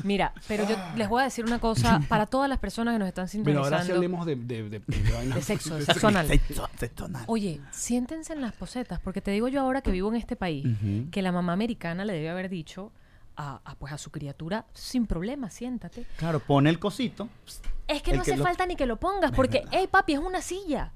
B: Mira, pero yo les voy a decir una cosa para todas las personas que nos están
C: Pero
B: sintonizando.
C: ahora sí hablemos de, de, de, de vainas.
B: de sexo, de sexo anal.
D: Sexo- sexo anal.
B: Oye, siéntense en las posetas, porque te digo yo ahora que vivo en este país, que la mamá americana le debe haber dicho a, a, pues, a su criatura, sin problema, siéntate.
D: Claro, pone el cosito.
B: Es que
D: El
B: no
D: que
B: hace
D: lo-
B: falta ni que lo pongas, porque, hey, papi, es una silla.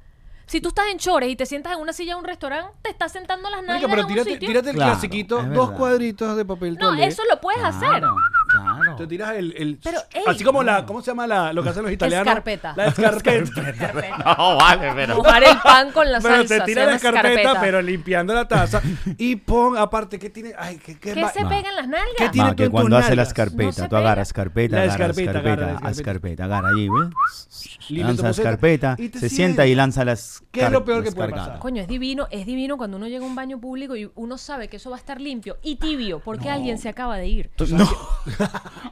B: Si tú estás en chores y te sientas en una silla en un restaurante, te estás sentando las nalgas
C: Marica, pero
B: en un
C: tírate,
B: sitio.
C: tírate el
D: Claro,
C: clasiquito,
D: es
C: dos
D: verdad.
C: cuadritos de papel
B: no,
C: toalé.
B: eso lo puedes hacer.
D: Claro, claro.
C: Te tiras el. el-
B: Pero, ey.
C: así como la. ¿Cómo se llama la, lo que hacen los italianos?
B: Escarpeta.
C: La escarpeta.
D: No, vale, pero.
B: Mojar el pan con la
C: <laughs> Pero
B: salsa.
C: te
B: se
C: tiras la
B: llama
C: escarpeta,
B: escarpeta.
C: pero limpiando la taza. Y pon, aparte, ¿qué tiene? Ay, ¿qué, qué,
B: ¿Qué
C: va-
B: se pega en las nalgas?
C: ¿Qué tiene
D: No,
C: tú en
D: que
C: tus
D: cuando hace la
C: nalgas?
D: escarpeta,
B: No se
D: tú
B: pega.
D: agarras escarpeta,
C: La
D: agarras
C: escarpeta,
D: escarpeta,
C: agarra la
D: haz
C: escarpeta.
D: escarpeta, agarra allí, güey.
C: Limpia tu
D: Lanza
C: poseta
D: escarpeta,
C: y te
D: se
C: sientas.
D: sienta y lanza las
C: ¿Qué es lo peor que puede pasar?
B: Coño, es divino, es divino cuando uno llega a un baño público y uno sabe que eso va a estar limpio y tibio porque alguien se acaba de ir.
D: No.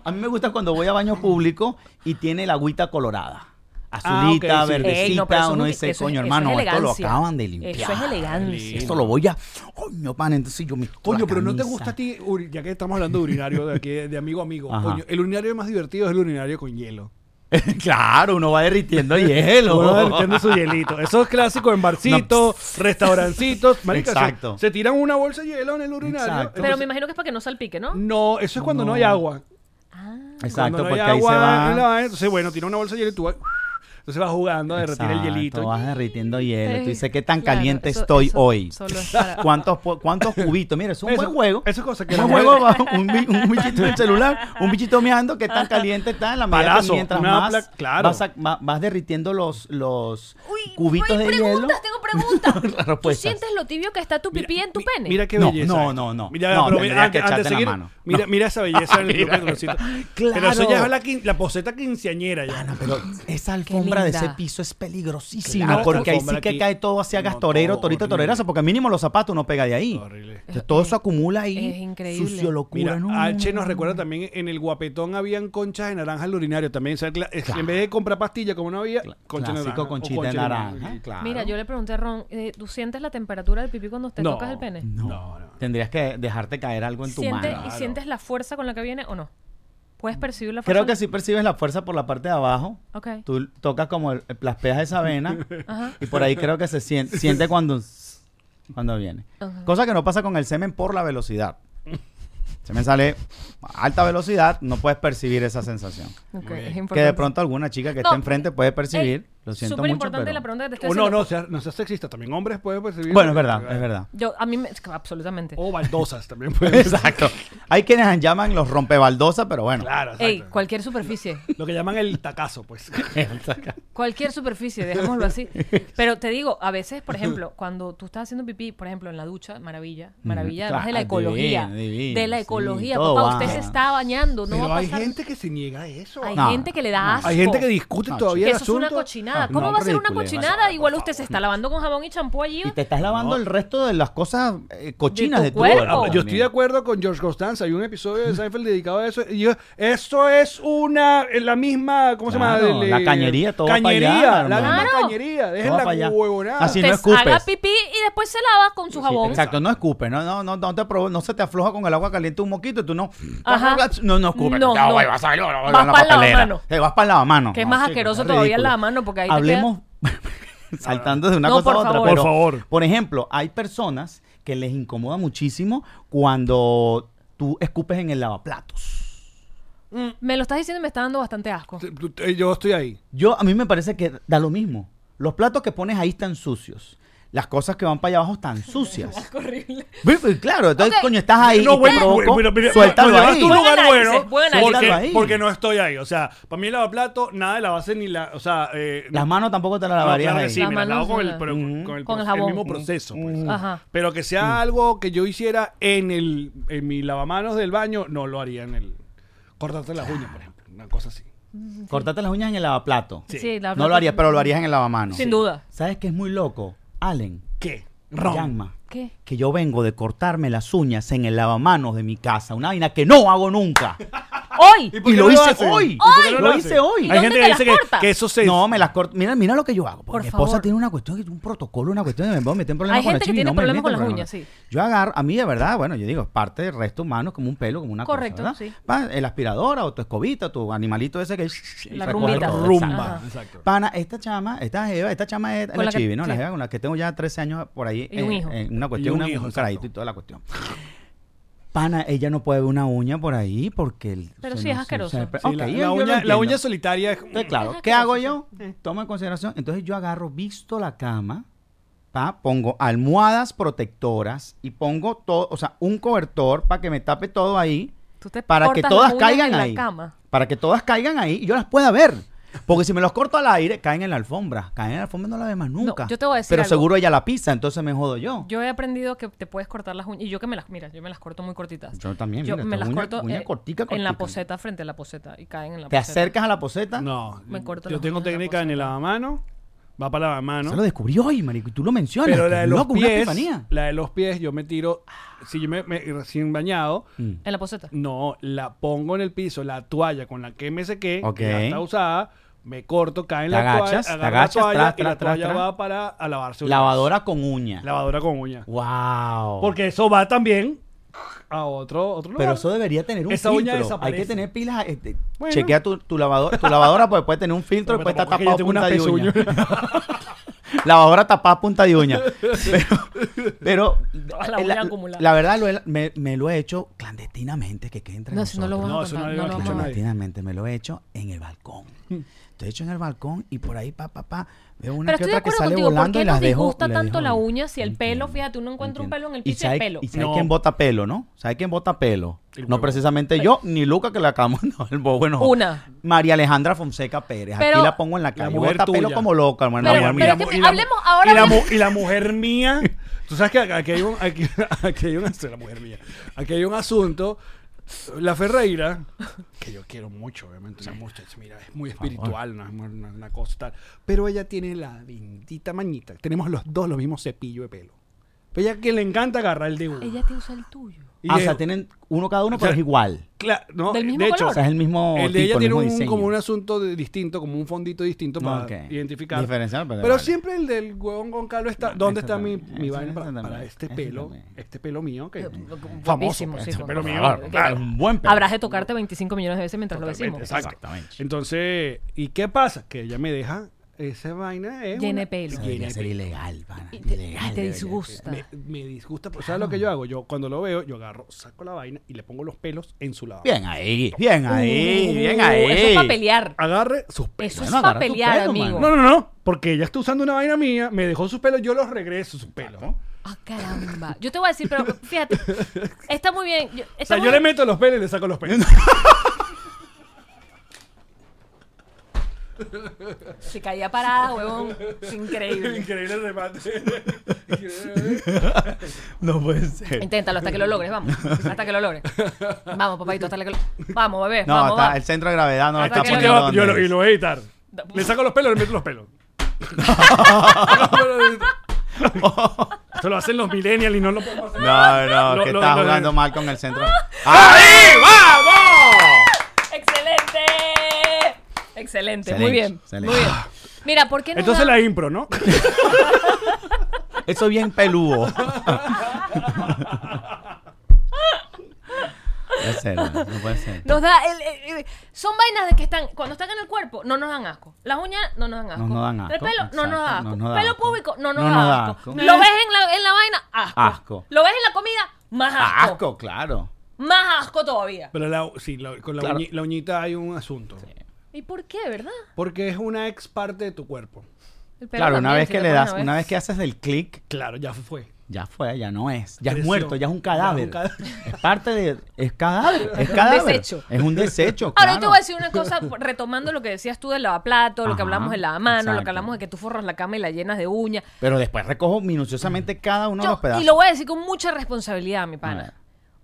D: a mí me gusta cuando voy a baño público y tiene la agüita colorada. Azulita,
C: Ah, ok, sí.
D: verdecita,
B: Ey, no, pero eso es
D: uno
B: un-
D: dice,
B: eso es-
D: coño,
B: eso es
D: hermano, esto lo
B: elegancia.
D: acaban de
B: Eso
D: limpiar.
B: es elegancia.
D: Esto lo voy a... Coño, pan, entonces yo me... quito
C: Coño,
D: la
C: pero no te
D: camisa.
C: gusta a ti, uri- ya que estamos hablando de urinario de, aquí, de amigo a amigo.
D: Ajá.
C: Coño, el urinario más divertido es el urinario con hielo.
D: <laughs> claro, uno va derritiendo hielo.
C: Uno va derritiendo su hielito. Eso es clásico en barcitos, restaurancitos. Marica, se-
D: Exacto.
C: Se, tiran una bolsa de hielo en el urinario.
D: Exacto.
B: Pero me imagino que es para que no salpique, ¿no?
C: No, eso es cuando no, hay agua.
D: Exacto,
C: cuando no
D: porque
C: hay
D: ahí se
C: agua en la
D: va...
C: vaina, entonces, bueno, tira una bolsa de hielo y tú vas, entonces vas jugando a derretir el
D: Exacto,
C: hielito.
D: vas derritiendo hielo. Tú dices, ¿qué tan
B: Claro,
D: caliente
B: eso-
D: estoy
B: eso
D: hoy?
B: solo
D: <laughs>
B: es para-
D: ¿Cuántos, po- ¿Cuántos cubitos? Mira, es un
C: Eso-
D: buen juego.
C: Eso es cosa que
D: un
C: la-
D: juego, va, un, bi- un bichito en el celular, un bichito meando que tan caliente está en la medida
C: Palazo,
D: que mientras
C: una
D: más
C: pla- claro.
D: vas, a- va- vas derritiendo los, los
B: Uy,
D: cubitos
B: uy,
D: de hielo.
B: preguntas, tengo
D: <laughs>
B: preguntas. ¿Tú
D: respuestas.
B: sientes lo tibio que está tu pipí en tu pene?
C: Mira qué
D: No,
C: belleza.
D: no, no, no.
C: Mira,
D: No,
C: pero
D: tendría
C: mira,
D: que
C: antes, antes de
D: echarte la
C: seguir,
D: mano.
C: Mira,
D: No.
C: mira esa belleza del
D: <laughs> Mira.
C: petroncito.
D: Claro. Ah,
C: Pero eso ya es la, quin- la poseta quinceañera ya.
D: Pero esa alfombra de
B: linda.
D: ese piso es peligrosísima
C: Claro,
D: porque ahí sí
C: alfombra
D: que
C: aquí.
D: cae todo hacia
C: No,
D: gastorero,
C: todo
D: torito,
C: horrible.
D: torerazo, porque mínimo los zapatos no pega de ahí.
C: Horrible.
D: Entonces, todo eso acumula ahí.
B: es increíble.
D: Sucio, locura.
C: Mira,
D: no,
C: H
D: no,
C: nos
D: no.
C: recuerda también en el guapetón habían conchas de naranja al urinario también. o sea, cla- es- En vez de comprar pastillas como no había, concha de
D: Clásico
C: naranja. o
D: conchita de naranja, claro.
B: Mira, yo le pregunté a Ron, eh, ¿tú sientes la temperatura del pipí cuando te
C: No.
B: tocas el pene?
D: No.
C: No, no.
D: Tendrías que dejarte caer algo en tu
B: ¿Sientes,
D: mano.
B: ¿Y sientes la fuerza con la que viene o no? ¿Puedes percibir la fuerza?
D: Creo que si percibes la fuerza por la parte de abajo,
B: Ok.
D: tú tocas como el- las pejas de esa vena
B: Ajá.
D: y por ahí creo que se siente, siente cuando, cuando viene.
B: Ajá.
D: Cosa que no pasa con el semen por la velocidad. El semen sale a alta velocidad, no puedes percibir esa sensación.
B: Ok, es
D: Que de
B: importante.
D: pronto alguna chica que
B: No,
D: esté enfrente puede
B: Ey,
D: percibir. Lo siento
B: súper
D: mucho,
B: importante
D: pero-
B: la pregunta Este que te estoy
C: O no,
B: haciendo.
C: no, sea- no seas sexista. También hombres pueden percibir.
D: Bueno, es verdad, es verdad.
B: Yo, a mí, me, absolutamente.
D: Oh,
C: O baldosas también pueden
D: Exacto. Hay quienes llaman los rompebaldosas, pero bueno.
C: Claro,
B: Ey,
C: exacto.
B: cualquier superficie.
C: Lo que llaman el tacazo,
D: <laughs>
C: pues.
B: Cualquier superficie, dejémoslo así. Pero te digo, a veces, por ejemplo, cuando tú estás haciendo pipí, por ejemplo, en la ducha, maravilla, maravilla, además de la
D: Mm, claro,
B: ecología.
D: divino, divino,
B: de la
D: sí,
B: ecología,
D: todo
B: papá,
D: va.
B: usted se está bañando, no
C: Pero
B: va a
C: hay
B: pasar.
C: gente que se niega a eso.
B: hay
D: No,
B: gente que le da asco.
C: Hay gente que discute
D: No,
C: todavía
B: Que
C: el
B: eso es una
C: asunto.
B: cochinada.
D: Ah,
B: ¿Cómo
D: no,
B: va a ser una
D: ridículo,
B: cochinada?
D: demasiado,
B: Igual
D: por
B: usted se está lavando con jabón y champú allí.
D: Y te estás lavando el resto de las cosas eh, cochinas
B: tu
D: de tu,
B: cuerpo.
C: Ah,
D: cuerpo.
C: Yo estoy de acuerdo con George Costanza. Hay un episodio de Seinfeld dedicado a eso. Y yo, esto es una. eh, La misma. ¿Cómo se
D: Claro,
C: llama? Del,
D: la
C: eh,
D: cañería, todo
C: Cañería.
D: pa' allá,
C: la
D: hermano.
C: misma
B: Claro.
C: cañería. Dejen
D: Todo
C: la
D: pa' allá.
C: huevonada.
D: Así- Si
B: te
D: no escupes.
B: haga pipí y después se lava con su
D: Sí,
B: jabón.
D: exacto, no escupes, no, no, no, no te provo- no se te afloja con el agua caliente un moquito y tú no,
B: Ajá.
D: no, no escupes,
B: No,
D: te vas
B: no.
D: a- vas a salir, vas a-
B: Vas
D: vas a la
B: pa'l
D: papelera.
B: lavamano.
D: Te vas para la mano.
B: Que es más asqueroso todavía el lavamano, porque ahí te <laughs>
D: hablemos saltando de una
B: No,
D: cosa
B: por
D: a otra,
B: favor.
D: pero,
C: Por favor.
D: Por ejemplo, hay personas que les incomoda muchísimo cuando tú escupes en el lavaplatos.
B: Me lo estás diciendo y me está dando bastante asco.
C: Tú- tú- eh, Yo estoy ahí.
D: Yo a mí me parece que da lo mismo. Los platos que pones ahí están sucios. las cosas que van para allá abajo están sucias.
C: <laughs>
D: Ve- ve- claro, entonces,
B: Ok.
D: coño, estás ahí.
C: No,
D: y te
C: bueno,
D: provoco,
C: mira, mira,
D: suéltalo
C: me llamaste
D: ahí.
C: a un lugar
B: Buen análisis,
C: bueno
B: buen análisis.
C: porque,
D: Suéltalo ahí.
C: porque no estoy ahí. O sea, para mí el lavaplato, nada de lavaplato ni la. O sea, eh,
D: Las manos tampoco te las
C: no,
D: lavarías
C: claro que
D: ahí. Mm.
C: sí,
B: Las
C: me las
B: manos
C: lavo con el,
B: no.
C: pero con- con el,
B: Con el
C: proce-
B: jabón.
C: mismo proceso. pues.
B: Ajá.
C: Pero que sea algo que yo hiciera en el en mi lavamanos del baño, no lo haría en el. Cortarte las uñas, por ejemplo. Una cosa así.
D: Cortarte las uñas en el lavaplato.
C: Sí.
B: Sí, la
D: No lo
B: plata-
D: harías, pero lo harías en el lavamanos.
B: Sin duda.
D: ¿Sabes qué es muy loco? Allen,
C: ¿Qué? Ron.
D: Yanma,
B: ¿Qué?
D: que yo vengo de cortarme las uñas en el lavamanos de mi casa. Una vaina que no hago nunca.
B: ¡Hoy!
C: por
D: Y
C: qué
D: lo
C: no lo
D: hice
C: hacen? <laughs> ¿Y
D: hoy.
C: por qué no lo
D: Lo hice
C: hacen?
D: hoy.
B: ¿Y dónde
C: Hay gente
B: te
C: que
B: las
C: dice que,
B: cortas?
C: que eso se.
D: No, me las corto. Mira, mira lo que yo hago.
B: Por
D: Porque mi esposa
B: favor.
D: tiene una cuestión, un protocolo, una cuestión que me meten problemas
B: Hay
D: con la
B: gente que
D: chica y
B: tiene
D: no me
B: problemas con
D: meten
B: las uñas,
D: problemas.
B: sí.
D: Yo agarro, a mí de verdad, bueno, yo digo, es parte del resto humano, como un pelo, como una
B: Correcto,
D: cosa,
B: sí.
D: ¿verdad? Va, el aspiradora o tu escobita, tu animalito ese que... y
B: La
D: recoge
B: rumbita.
D: todo,
C: Rumba.
B: Ajá.
C: Exacto.
D: Pana, esta chama, esta jeva, esta chama es
B: Con
D: la,
B: la que-
D: chibi, ¿no? La
B: sí.
D: jeva con la que tengo ya 13 años por ahí.
B: Y un
D: eh,
B: hijo.
D: eh, una
C: Y
D: cuestión,
C: un
D: una-
C: hijo,
D: un
C: exacto.
D: carajito y toda la cuestión. Pana, ella no puede ver una uña por ahí porque... el-
B: Pero
D: se
B: sí es
D: nos- se-
B: asqueroso.
C: Sí,
D: se- ok,
C: la, la
D: yo- yo lo
C: uña, la
D: entiendo.
C: uña solitaria es.
D: Entonces, claro, ¿qué hago yo?
B: Eh.
D: Toma en consideración. Entonces yo agarro, visto la cama, pa, pongo almohadas protectoras y pongo todo, o sea, un cobertor para que me tape todo ahí,
B: Tú te
D: para que
B: cortas las
D: todas
B: uñas
D: caigan
B: en la
D: ahí.
B: cama.
D: Para que todas caigan ahí y yo las pueda ver. Porque si me los corto al aire, caen en la alfombra. Caen en la alfombra y no la ve más nunca.
B: yo te voy a decir
D: Pero
B: algo.
D: seguro ella la pisa, entonces me jodo yo.
B: Yo he aprendido que te puedes cortar las uñas. Y yo que me las, mira, yo me las corto muy cortitas.
D: Yo también,
B: Yo
D: mira,
B: me
D: esta
B: las
D: uña-
B: corto
D: uña
B: eh,
D: cortica,
B: en la
D: cortica.
B: poseta, frente a la poseta. Y caen en la
D: Te
B: poseta.
D: acercas a la poseta.
C: No.
B: Me corto
C: yo
B: las
C: tengo
B: uñas de la
C: técnica en el lavamano. Va para lavamano.
D: Se lo descubrí hoy, marico, y tú lo mencionas.
C: Pero
D: qué
C: la de los
D: loco, una
C: pies,
D: epifanía.
C: la de los pies, yo me tiro, si yo me, me- recién bañado,
D: Mm.
B: En la poseta.
C: no, la pongo en el piso, la toalla con la que me sequé,
D: Ok.
C: ya está usada, me corto, cae en
D: Te
C: la
D: agachas, te
C: toalla, agarro
D: agachas,
C: la toalla
D: tras,
C: y la
D: tras, tras,
C: toalla
D: tras.
C: va para a lavarse. uñas.
D: Lavadora con uña.
C: Lavadora con uña.
D: Wow.
C: Porque eso va también a otro, otro lugar.
D: Pero eso debería tener un
C: Esa uña
D: filtro. Hay
C: desaparece.
D: que tener pilas. este,
C: Bueno.
D: Chequea tu, tu lavadora. Tu lavadora pues, puede tener un filtro y
C: Pero
D: puede estar
C: tampoco es
D: tapado
C: que yo
D: punta de
C: tenga una
D: uña. <laughs> lavadora tapada punta de uña. Pero,
B: La
D: pero
B: uña acumulada.
D: la verdad lo he- me, me lo he hecho clandestinamente, que quede entre
B: No, si no lo
D: nosotros.
B: vamos
C: No,
B: a
C: eso
B: contar.
C: no
B: No,
C: lo
B: lo vamos a
C: vamos a contar.
B: contar.
D: Clandestinamente me lo he hecho en el balcón. Te he hecho en el balcón y por ahí, pa, pa, pa, veo una
B: Pero
D: que
B: estoy de
D: otra que
B: acuerdo
D: sale
B: contigo. ¿Por
D: volando
B: qué
D: y
B: nos
D: las dejo.
B: disgusta
D: le
B: tanto
D: dejo-
B: la uña si el pelo,
D: Entiendo,
B: fíjate, uno encuentra un
D: entiendo.
B: pelo en el
D: Y
B: piso y es
D: sabe-
B: pelo.
D: Y sabe
C: No.
D: quién bota pelo, ¿no? ¿Sabe quién bota pelo?
C: El
D: No
C: huevo.
D: precisamente yo, ni Luca que le acabamos de dar el bobo, <laughs> no.
B: Una.
D: María Alejandra Fonseca Pérez.
B: Pero-
D: Aquí la pongo en la
C: La
D: calle.
C: mujer
D: bota pelo
C: tuya.
D: como loca, hermano. la
B: Pero-
D: mujer
B: pero
D: mía.
B: es que
C: mu- la
B: hablemos
C: mu-
B: ahora
C: Y la,
B: de-
C: mu- y la mujer mía. <laughs> Tú sabes que aquí hay un. Aquí, <laughs> aquí hay un. es La mujer mía. Aquí hay un asunto. La Ferreira, que yo quiero mucho, obviamente, una muchacha, mira, es muy espiritual, una, una- una cosa tal. Pero ella tiene la bendita mañita. Tenemos los dos los mismos cepillo de pelo. Pero ella que le encanta agarrar el de uno.
B: Ella te usa el tuyo.
C: Y
D: Ah, o
C: es-
D: sea, tienen uno cada uno,
C: O
D: pero
C: sea,
D: es igual.
C: cla- no,
B: ¿Del mismo
C: de hecho,
B: color?
D: O sea, es el mismo
C: el de ella
D: tipo, el
C: tiene
D: mismo
C: un-
D: diseño.
C: como un asunto de- distinto, como un fondito distinto para
D: Ok.
C: identificar.
D: Diferencial, pero
C: pero
D: vale.
C: siempre el del huevón Goncalo está.
D: No,
C: ¿Dónde
D: ese
C: está mi,
D: también,
C: mi
D: ese-
C: vaina
D: ese
C: para, para
D: también,
C: este
D: ese
C: pelo?
D: también.
C: Este pelo mío que. Famoso.
B: Eh, Guapísimo, sí.
C: este
B: con-
C: pelo mío.
D: pues, Claro,
C: claro.
D: es un buen pelo.
B: Habrás de tocarte 25 millones de veces mientras lo
C: Totalmente,
B: decimos.
C: exacto.
D: Exactamente.
C: Entonces, ¿y qué pasa? Que ella me deja. Esa vaina es.
B: Llena
C: una-
B: de pelo.
D: Eso
C: Llena
D: debería
C: de
D: ser
C: pelo.
D: ilegal, pana.
B: Y te, y
D: ilegal
B: te
D: debería ser.
B: disgusta.
C: Me, me disgusta. pero ¿Sabes lo que yo hago? Yo cuando lo veo, yo agarro, saco la vaina y le pongo los pelos en su lado.
D: Bien ahí, bien ahí, bien
B: Uh,
D: ahí.
B: Eso es para pelear.
C: Agarre sus pelos.
B: Eso es
D: Bueno, agarra
B: para
D: tu
B: pelear,
D: pelo,
B: amigo.
C: No, no, no. Porque ella está usando una vaina mía, me dejó sus pelos, yo los regreso sus pelos.
B: Ah, caramba. Yo te voy a decir, pero fíjate, está muy bien. Yo,
C: O
B: está
C: sea, yo
B: muy
C: le
B: bien.
C: meto los pelos y le saco los pelos.
B: Se caía parada, huevón. Es increíble.
C: Increíble el remate.
D: No puede ser.
B: Inténtalo hasta que lo logres, vamos. Hasta que lo logres. Vamos, papadito, hasta que lo Vamos, bebé.
D: No,
B: vamos,
D: está-
B: va.
D: el centro de gravedad no lo
B: Hasta
D: está
B: que-
D: poniendo.
C: Yo- yo
D: donde
C: lo-
D: es.
C: y lo voy a editar. Le saco los pelos, le meto los
D: <laughs>
C: pelos. Esto lo hacen los millennials y no lo podemos hacer.
D: No, no,
C: Lo-
D: que
C: lo-
D: está
C: lo-
D: jugando mal con el centro. ¡Ahí! ¡Vamos!
B: ¡Excelente! Excelente, muy
D: Excelente,
B: bien.
D: excelente.
B: Muy bien. Mira, ¿por qué no
C: Entonces
B: da-
C: la impro, ¿no?
D: Eso bien peludo. <laughs> puede ser, no puede ser.
B: Nos da el, el- el- son vainas de que están cuando están en el cuerpo no nos dan asco. Las uñas no nos dan asco.
D: No nos dan
B: El
D: asco,
B: pelo no nos da
D: exacto,
B: asco.
D: no nos da
B: pelo
D: asco.
B: público no nos,
D: No
B: da,
D: nos da
B: asco.
D: asco.
B: Lo ves en la, en la vaina asco.
D: Asco. Ah,
B: Lo ves en la comida más asco.
D: Asco, claro.
B: Más asco todavía.
C: Pero la- sí, la- con la,
D: Claro.
C: uñi- la uñita hay un asunto.
B: ¿Y por qué, verdad?
C: Porque es una ex parte de tu cuerpo.
B: El pelo
D: Claro, una
B: también,
D: vez
B: si
D: que
B: te
D: le
B: pones
D: das,
B: a ver.
D: una vez que haces del clic,
C: Claro, ya fue.
D: ya fue, ya no es. Ya es
C: Creció.
D: muerto, ya es
C: Ya es
D: un
C: un
D: cadáver.
C: cadáver.
D: Es parte de. Es cadáver. Es cadáver.
B: desecho.
D: Es un desecho.
B: Ahora yo te
D: claro.
B: voy a decir una cosa, <laughs> retomando lo que decías tú del lavaplato, lo que
D: Ajá,
B: hablamos del lavamano, lo que
D: exacto.
B: hablamos de que tú forras la cama y la llenas de uña.
D: Pero después recojo minuciosamente cada uno de
B: Yo-
D: los pedazos.
B: y lo voy a decir con mucha responsabilidad, mi
D: A ver.
B: pana.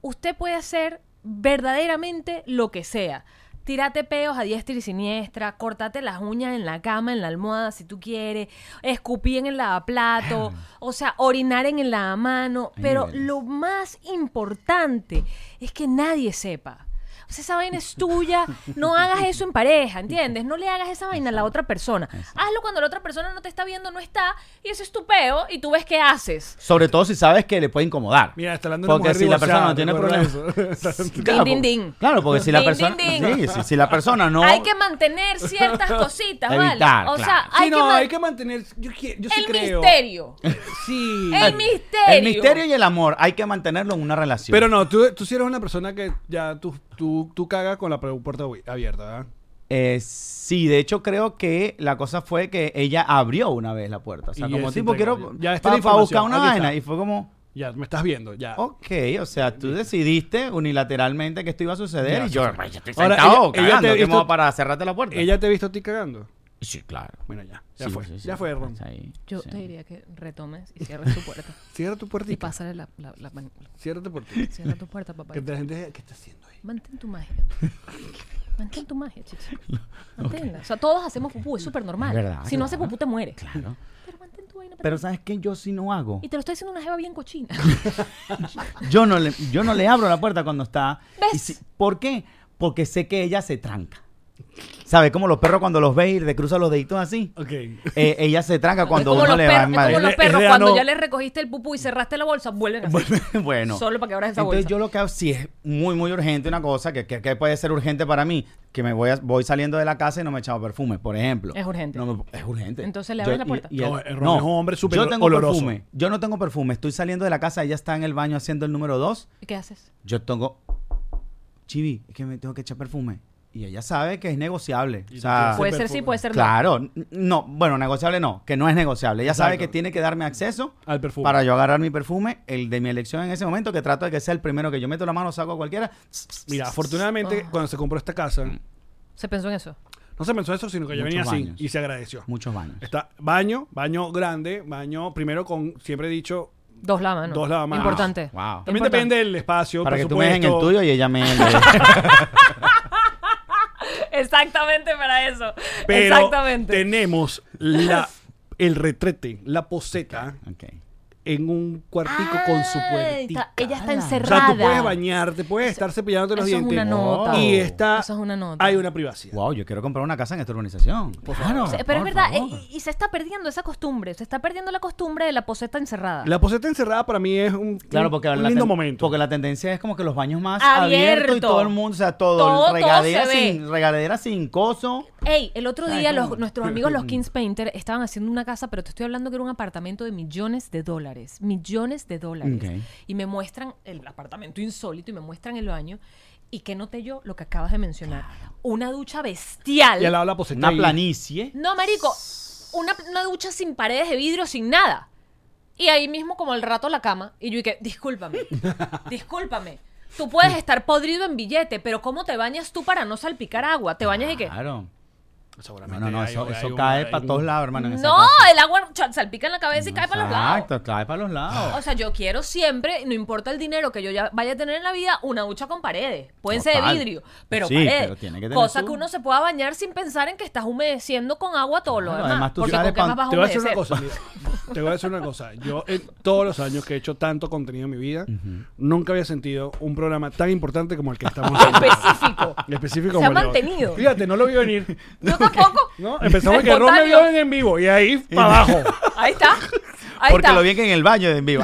B: Usted puede hacer verdaderamente lo que sea. Tírate peos a diestra y siniestra, cortate las uñas en la cama, en la almohada, si tú quieres, escupí en el lavaplato, o sea, orinar en el lavamano.
D: Hay
B: Pero
D: niveles.
B: lo más importante es que nadie sepa. O sea, esa vaina es tuya, no hagas eso en pareja, ¿entiendes? No le hagas esa vaina a la otra persona. Hazlo cuando la otra persona no te está viendo, no está, y eso es tu peo, y tú ves qué haces.
D: Sobre todo si sabes que le puede incomodar.
C: Mira, está hablando de una
D: Porque
C: mujer
D: si la persona no tiene
C: divorciada, ¿te
B: <laughs>
D: problema.
C: acuerdas de eso?
D: <laughs> Claro,
B: Din, din,
D: po-
B: din.
D: Claro, porque si la
B: Din,
D: persona.
B: din, din.
D: Sí, sí, si la persona no.
B: Hay que mantener
D: <laughs>
B: ciertas cositas, ¿vale?
D: Evitar,
B: o
D: claro.
B: sea,
C: Sí,
B: hay que,
C: no,
B: man-
C: hay que mantener. Yo, qui- yo sí
B: el
C: creo.
B: misterio.
C: Sí.
B: El misterio.
D: El misterio y el amor hay que mantenerlo en una relación.
C: Pero no, tú, tú sí eres una persona que ya tú, tú, tú cagas con la pu- puerta abui- abierta, ¿verdad?
D: Eh, sí, de hecho creo que la cosa fue que ella abrió una vez la puerta. O sea,
C: Y
D: como
C: es
D: tipo,
C: entregable.
D: quiero
C: Ya
D: ya
C: está la
D: buscar
C: información,
D: una
C: aquí está.
D: vaina. Y fue como,
C: Ya, me estás viendo, ya.
D: ok, o sea, tú decidiste unilateralmente que esto iba a suceder.
C: Ya,
D: y yo,
C: sí, sí.
D: "Ay, yo estoy
C: Ahora,
D: sentado,
C: ella- ella
D: cagando,
C: te ha
D: ¿qué me
C: visto-
D: va para cerrarte la puerta?
C: ¿Ella te ha visto a ti cagando?
D: Sí, claro.
C: Bueno, ya. Ya
D: Sí,
C: fue.
D: sí, sí.
C: ya fue, Ron.
D: Es ahí,
B: Yo
D: sí.
B: te diría que retomes y cierres tu
D: <laughs>
B: puerta.
C: Cierra tu
B: y
C: puertita.
B: pásale la, la- la man-
C: Cierra tu puertita.
B: cierra tu puerta, papá.
C: que la gente diga, ¿qué está haciendo ahí?
B: Mantén tu magia. Mantén tu magia,
D: <laughs>
B: chichi. Manténla. O sea, todos hacemos pupú, es súper normal.
D: Es verdad,
B: si no
D: claro.
B: haces pupú, te mueres.
D: Claro.
B: Pero mantén tu vaina.
D: Pero
B: Pero...
D: ¿sabes qué? Yo sí no hago.
B: Y te lo está diciendo una jeva bien cochina.
D: Yo no le, yo no le abro la puerta cuando está.
B: ¿Ves?
D: Y si- ¿Por qué? Porque sé que ella se tranca. ¿Sabes? Como los perros cuando los ves y le cruzan los deditos así.
C: Ok.
D: Eh, ella se tranca <laughs> cuando
B: es como
D: uno
B: los
D: le va
B: perros,
D: en
B: es
D: madre.
B: como los
C: Es de-
B: perros,
C: es de
B: cuando
C: ano.
B: ya les recogiste el pupú y cerraste la bolsa, vuelven a hacer.
D: <laughs> bueno.
B: Solo para que abras esa
D: Entonces
B: bolsa.
D: yo lo que hago, si es muy, muy urgente una cosa, que, que, que puede ser urgente para mí, que me voy, a- voy saliendo de la casa y no me he echado perfume, por ejemplo.
B: Es urgente.
D: No me- es urgente.
B: Entonces le
D: Yo-
B: abres la
D: y-
B: puerta.
D: y el-
C: No, el Ron es un hombre súper
D: Yo tengo
C: oloroso.
D: perfume. Yo no tengo perfume. Estoy saliendo de la casa, ella está en el baño haciendo el número dos.
B: ¿Y qué haces?
D: Yo tengo... Chibi, es que me tengo que echar perfume. Y ella sabe que es negociable. O sea,
C: Hacer
B: Puede ser
C: perfume.
B: sí, puede ser no.
D: Ah. Claro, n- no, bueno, negociable no, que no es negociable. Ella sabe
C: Exacto.
D: que tiene que darme acceso
C: Al perfume.
D: para yo agarrar mi perfume, el de mi elección en ese momento, que trato de que sea el primero que yo meto la mano, saco a cualquiera.
C: Mira, afortunadamente,
D: Ah.
C: cuando se compró esta casa, no
B: Se pensó en eso.
C: se pensó eso, sino que ya
D: Muchos
C: venía así
D: baños.
C: y se agradeció.
D: Muchos
C: <laughs>
D: baños.
C: Está baño, baño grande, baño primero con, siempre he dicho,
B: Dos lavanos.
C: Dos lavamanos.
B: Importante.
D: Wow.
C: también
B: Importante.
C: depende del espacio,
D: Para que tú me
C: presupuesto.
D: dejes en el tuyo y
C: <laughs>
D: ella me...
B: Exactamente para eso.
C: Pero
B: Exactamente.
C: tenemos
D: <laughs>
C: la, el retrete, la poseta,
D: Ok. Ah,
C: en un cuartico con su puertita.
B: está- ella está
C: O sea,
B: encerrada.
C: tú puedes bañarte, puedes estar cepillándote los
B: eso es
C: dientes.
B: una nota.
C: Y está,
B: Eso es una nota.
C: hay una privacidad.
D: Wow, yo quiero comprar una casa en esta urbanización. Claro,
B: Se- Pero es
D: por
B: verdad,
D: favor.
B: eh, y, y se está perdiendo esa costumbre. Se está perdiendo la costumbre de la poseta encerrada.
C: La poseta encerrada para mí es un,
D: Claro,
C: un-
D: porque
C: un
D: la
C: lindo
D: ten-
C: momento.
D: Porque la tendencia es como que los baños más
B: Abierto.
D: abiertos y todo el mundo, o sea, todo,
B: Todo- todo
D: regadera,
B: se ve.
D: sin, regadera sin coso.
B: Ey, el otro
D: Ay,
B: día
D: no.
B: los-
D: <laughs>
B: nuestros amigos los Kings Painter estaban haciendo una casa, pero te estoy hablando que era un apartamento de millones de dólares. Millones de dólares.
D: Ok.
B: Y me muestran el apartamento insólito y me muestran el baño. Y que noté yo lo que acabas de mencionar. Una ducha bestial.
C: y al lado la poseta.
D: Una
C: ahí.
D: planicie.
B: No, marico, una, una ducha sin paredes de vidrio, sin nada. Y ahí mismo como el rato la cama. Y yo dije, discúlpame,
D: <laughs>
B: discúlpame. Tú puedes estar podrido en billete, pero ¿cómo te bañas tú para no salpicar agua? ¿Te bañas y qué?
D: Claro. No,
C: Seguramente
D: no, no,
C: hay-
D: eso,
C: hay
D: eso
C: un-
D: cae
C: hay
D: para
C: un-
D: todos lados, hermano. en esa
B: No,
D: casa.
B: el agua cha- salpica en la cabeza y cae para los lados.
D: Exacto, cae para los lados.
B: O sea, yo quiero siempre, no importa el dinero que yo ya vaya a tener en la vida, una ducha con paredes. Pueden ser de
D: Total.
B: vidrio, pero
D: Sí,
B: paredes.
D: pero tiene que tener
B: cosa
D: su-
B: que uno se pueda bañar sin pensar en que estás humedeciendo con agua todo lo
D: Claro,
B: demás.
D: además tú
B: porque
D: sabes
B: con qué
D: cuán-
B: más vas a
C: Te voy a decir una
B: humedecer.
C: cosa, mira. Te voy a decir una cosa. Yo, en todos los años que he hecho tanto contenido en mi vida, nunca había sentido un programa tan importante como el que
B: <laughs>
C: estamos haciendo.
B: específico.
C: Específico
B: Se
C: como
B: ha
C: el de hoy.
B: mantenido.
C: Fíjate, no lo vi venir.
B: Yo
D: <laughs>
B: tampoco. <laughs>
C: ¿no? Empezamos que Ron me
B: Espontáneo.
C: vio en en vivo y ahí para abajo.
B: Ahí está. Ahí
D: Porque
B: está. <laughs>
D: lo vi que en el baño de en vivo.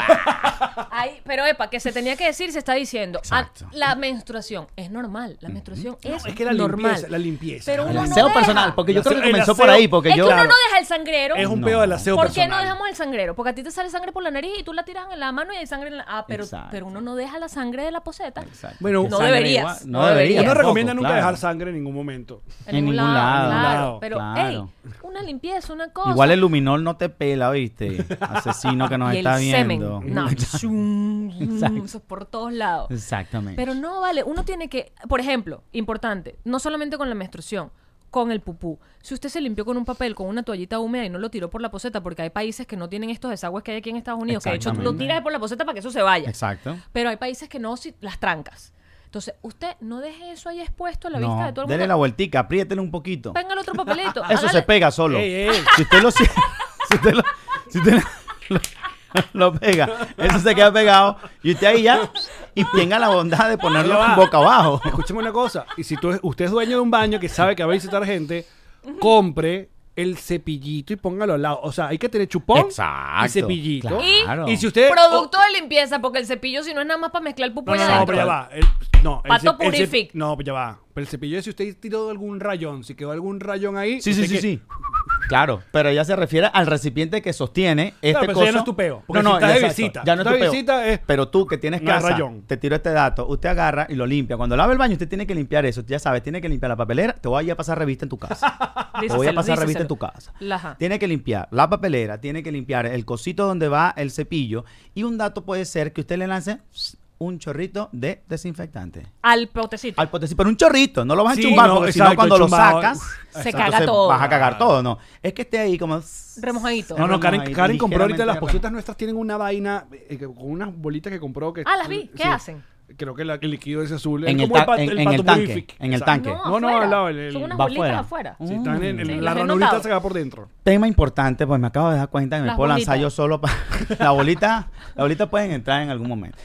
B: Ahí, Pero epa, que se tenía que decir, se está diciendo. Ah,
D: Exacto.
B: la menstruación es normal. La menstruación es,
C: es que la
B: normal.
C: limpieza, la limpieza.
B: Pero
D: El
B: uno no
D: aseo
B: deja.
D: personal, porque yo
C: El
D: creo que
C: aseo- el
D: comenzó por
C: aseo-
D: ahí, porque
B: es
D: yo...
B: que uno no deja el sangrero.
C: Es un
D: No.
C: pedo del aseo
B: ¿Por
C: personal.
B: qué no dejamos el sangrero? Porque a ti te sale sangre por la nariz y tú la tiras en la mano y hay sangre en la... Ah, pero,
D: Exacto.
B: pero uno no deja la sangre de la poseta.
D: Exacto.
C: Bueno,
D: Que
C: no
D: sangre
B: deberías,
D: igual-
B: no
D: ah, No deberías.
C: Yo no
B: Tampoco,
C: recomienda nunca
D: claro.
C: dejar sangre en ningún momento.
D: En ningún lado,
C: lado,
B: Pero,
D: claro.
B: hey, una limpieza, una cosa.
D: Igual el luminol no te pela,
B: <laughs>
D: ¿viste? Asesino que nos
B: y el
D: está
B: semen.
D: viendo.
B: No, zoom, zoom,
D: Exacto.
B: eso es por todos lados.
D: <laughs> Exactamente.
B: Pero no vale, uno tiene que, por ejemplo, importante, no solamente con la menstruación, con el pupú. Si usted se limpió con un papel, con una toallita húmeda y no lo tiró por la poseta, porque hay países que no tienen estos desagües que hay aquí en Estados Unidos, que de hecho tú lo
D: Exactamente.
B: tiras por la poseta para que eso se vaya.
D: Exacto.
B: Pero hay países que no, si, las trancas. Entonces, usted no deje eso ahí expuesto a la vista
D: No,
B: de todo el
D: dele la
B: mundo.
D: vueltica, apriétele un poquito.
B: Venga el otro papelito.
D: <laughs> Eso se
B: hágale-
D: pega solo.
C: Ey, ey.
D: Si usted lo <laughs> si si usted lo, si usted lo, lo pega, eso se queda pegado y usted ahí ya y tenga la bondad de ponerlo
C: Ya va.
D: boca abajo.
C: Escúchame una cosa. Y si tú, es- usted es dueño de un baño que sabe que va a visitar gente, compre el cepillito y póngalo al lado. O sea, hay que tener chupón
D: Exacto,
C: y cepillito.
D: claro.
C: Y si usted...
D: oh,
B: Producto de limpieza, porque el cepillo, si no es nada más para mezclar el pupú
C: No, no,
B: allá
C: no,
B: adentro.
C: pero ya va. El- no, el
B: Pato
C: cep- el cep-
B: Purific.
C: No, pero ya va. Pero el cepillo es si usted tiró algún rayón, si quedó algún rayón ahí.
D: Sí, sí,
C: usted
D: sí,
C: que-
D: sí. Claro, pero ella se refiere al recipiente que sostiene este
C: pero eso
D: coso.
C: ya no es tu peo, porque si estás de
D: exacto,
C: visita,
D: Ya
C: si
D: no
C: estás
D: es tu
C: de
D: peo.
C: visita es-
D: Pero tú que tienes
C: No hay
D: casa,
C: rayón.
D: te tiro este dato, usted agarra y lo limpia. Cuando lava el baño, usted tiene que limpiar eso. Ya sabes, tiene que limpiar la papelera, te voy a ir a pasar revista en tu
C: <laughs>
D: casa. te voy a
B: Díselo,
D: pasar revista
B: díselo.
D: en tu casa.
B: Ajá.
D: Tiene que limpiar la papelera, tiene que limpiar el cosito donde va el cepillo. Y un dato puede ser que usted le lance un chorrito de desinfectante.
B: Al potecito.
D: Al potecito, pero un chorrito, no lo vas
C: Sí,
D: a chumbar,
C: no,
D: porque si
C: exacto,
D: no, cuando lo
C: chumbado.
D: sacas,
B: Se
D: entonces
B: caga todo.
D: Vas a cagar todo, no. Es que esté ahí como.
B: Remojadito.
C: No, no, Karen,
D: remojadito,
C: Karen compró ahorita
D: ligeramente
C: las posetas nuestras tienen una vaina eh, que- con unas bolitas que compró que
B: Ah, las vi. ¿Qué hacen?
C: Creo que la- que el líquido es azul.
D: En
C: es
D: el
C: como
D: ta-
C: pat-
D: en- en
C: pato
D: el tanque,
C: purific.
D: en el
C: Exacto.
D: tanque. Mm.
C: No, no,
B: afuera.
C: al lado, el- el-
B: Son unas
D: va
B: bolitas
D: afuera.
B: afuera.
C: Sí, están en, en-
B: Sí,
C: la
B: las he
C: ranurita
B: notado.
C: se va por dentro.
D: Tema importante, pues me acabo de dar cuenta que me
B: Las
D: puedo lanzar yo
B: bolitas.
D: solo para <laughs> la bolita. La bolita pueden entrar en algún momento.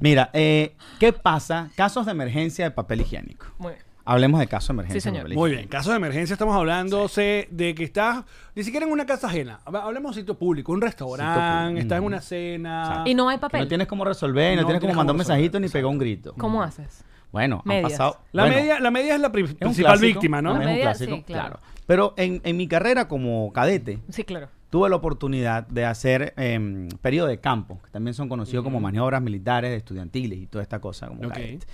D: Mira, eh, ¿qué pasa? Casos de emergencia de papel higiénico.
B: Muy bien.
D: Hablemos de casos de emergencia.
B: Sí, señor.
D: de papel
C: Muy
D: higiénico.
C: bien, casos de emergencia estamos hablando se- de que estás ni siquiera en una casa ajena. Hab- Hablemos de sitio público, un
D: Sitio
C: restaurante,
D: público.
C: estás en una
D: Ujú.
C: cena.
D: Exacto.
B: Y no hay
D: Que
B: papel.
D: No tienes cómo resolver, no,
C: No tienes
D: tienes cómo
C: cómo
D: mandar un mensajito
C: resolver,
D: ni pegar un grito.
B: ¿Cómo haces?
D: Bueno, han
B: Medias.
D: pasado.
C: La,
D: bueno,
C: media, la media es la pri-
D: es un
C: principal
D: clásico,
C: víctima, ¿no?
B: La
D: Es un
B: media,
D: clásico,
B: sí, claro.
D: claro. Pero en, en mi carrera como cadete,
B: Sí, claro.
D: tuve la oportunidad de hacer em, periodo de campo, que también son conocidos como maniobras militares, estudiantiles y toda esta cosa. Como
C: Ok.
D: cadete.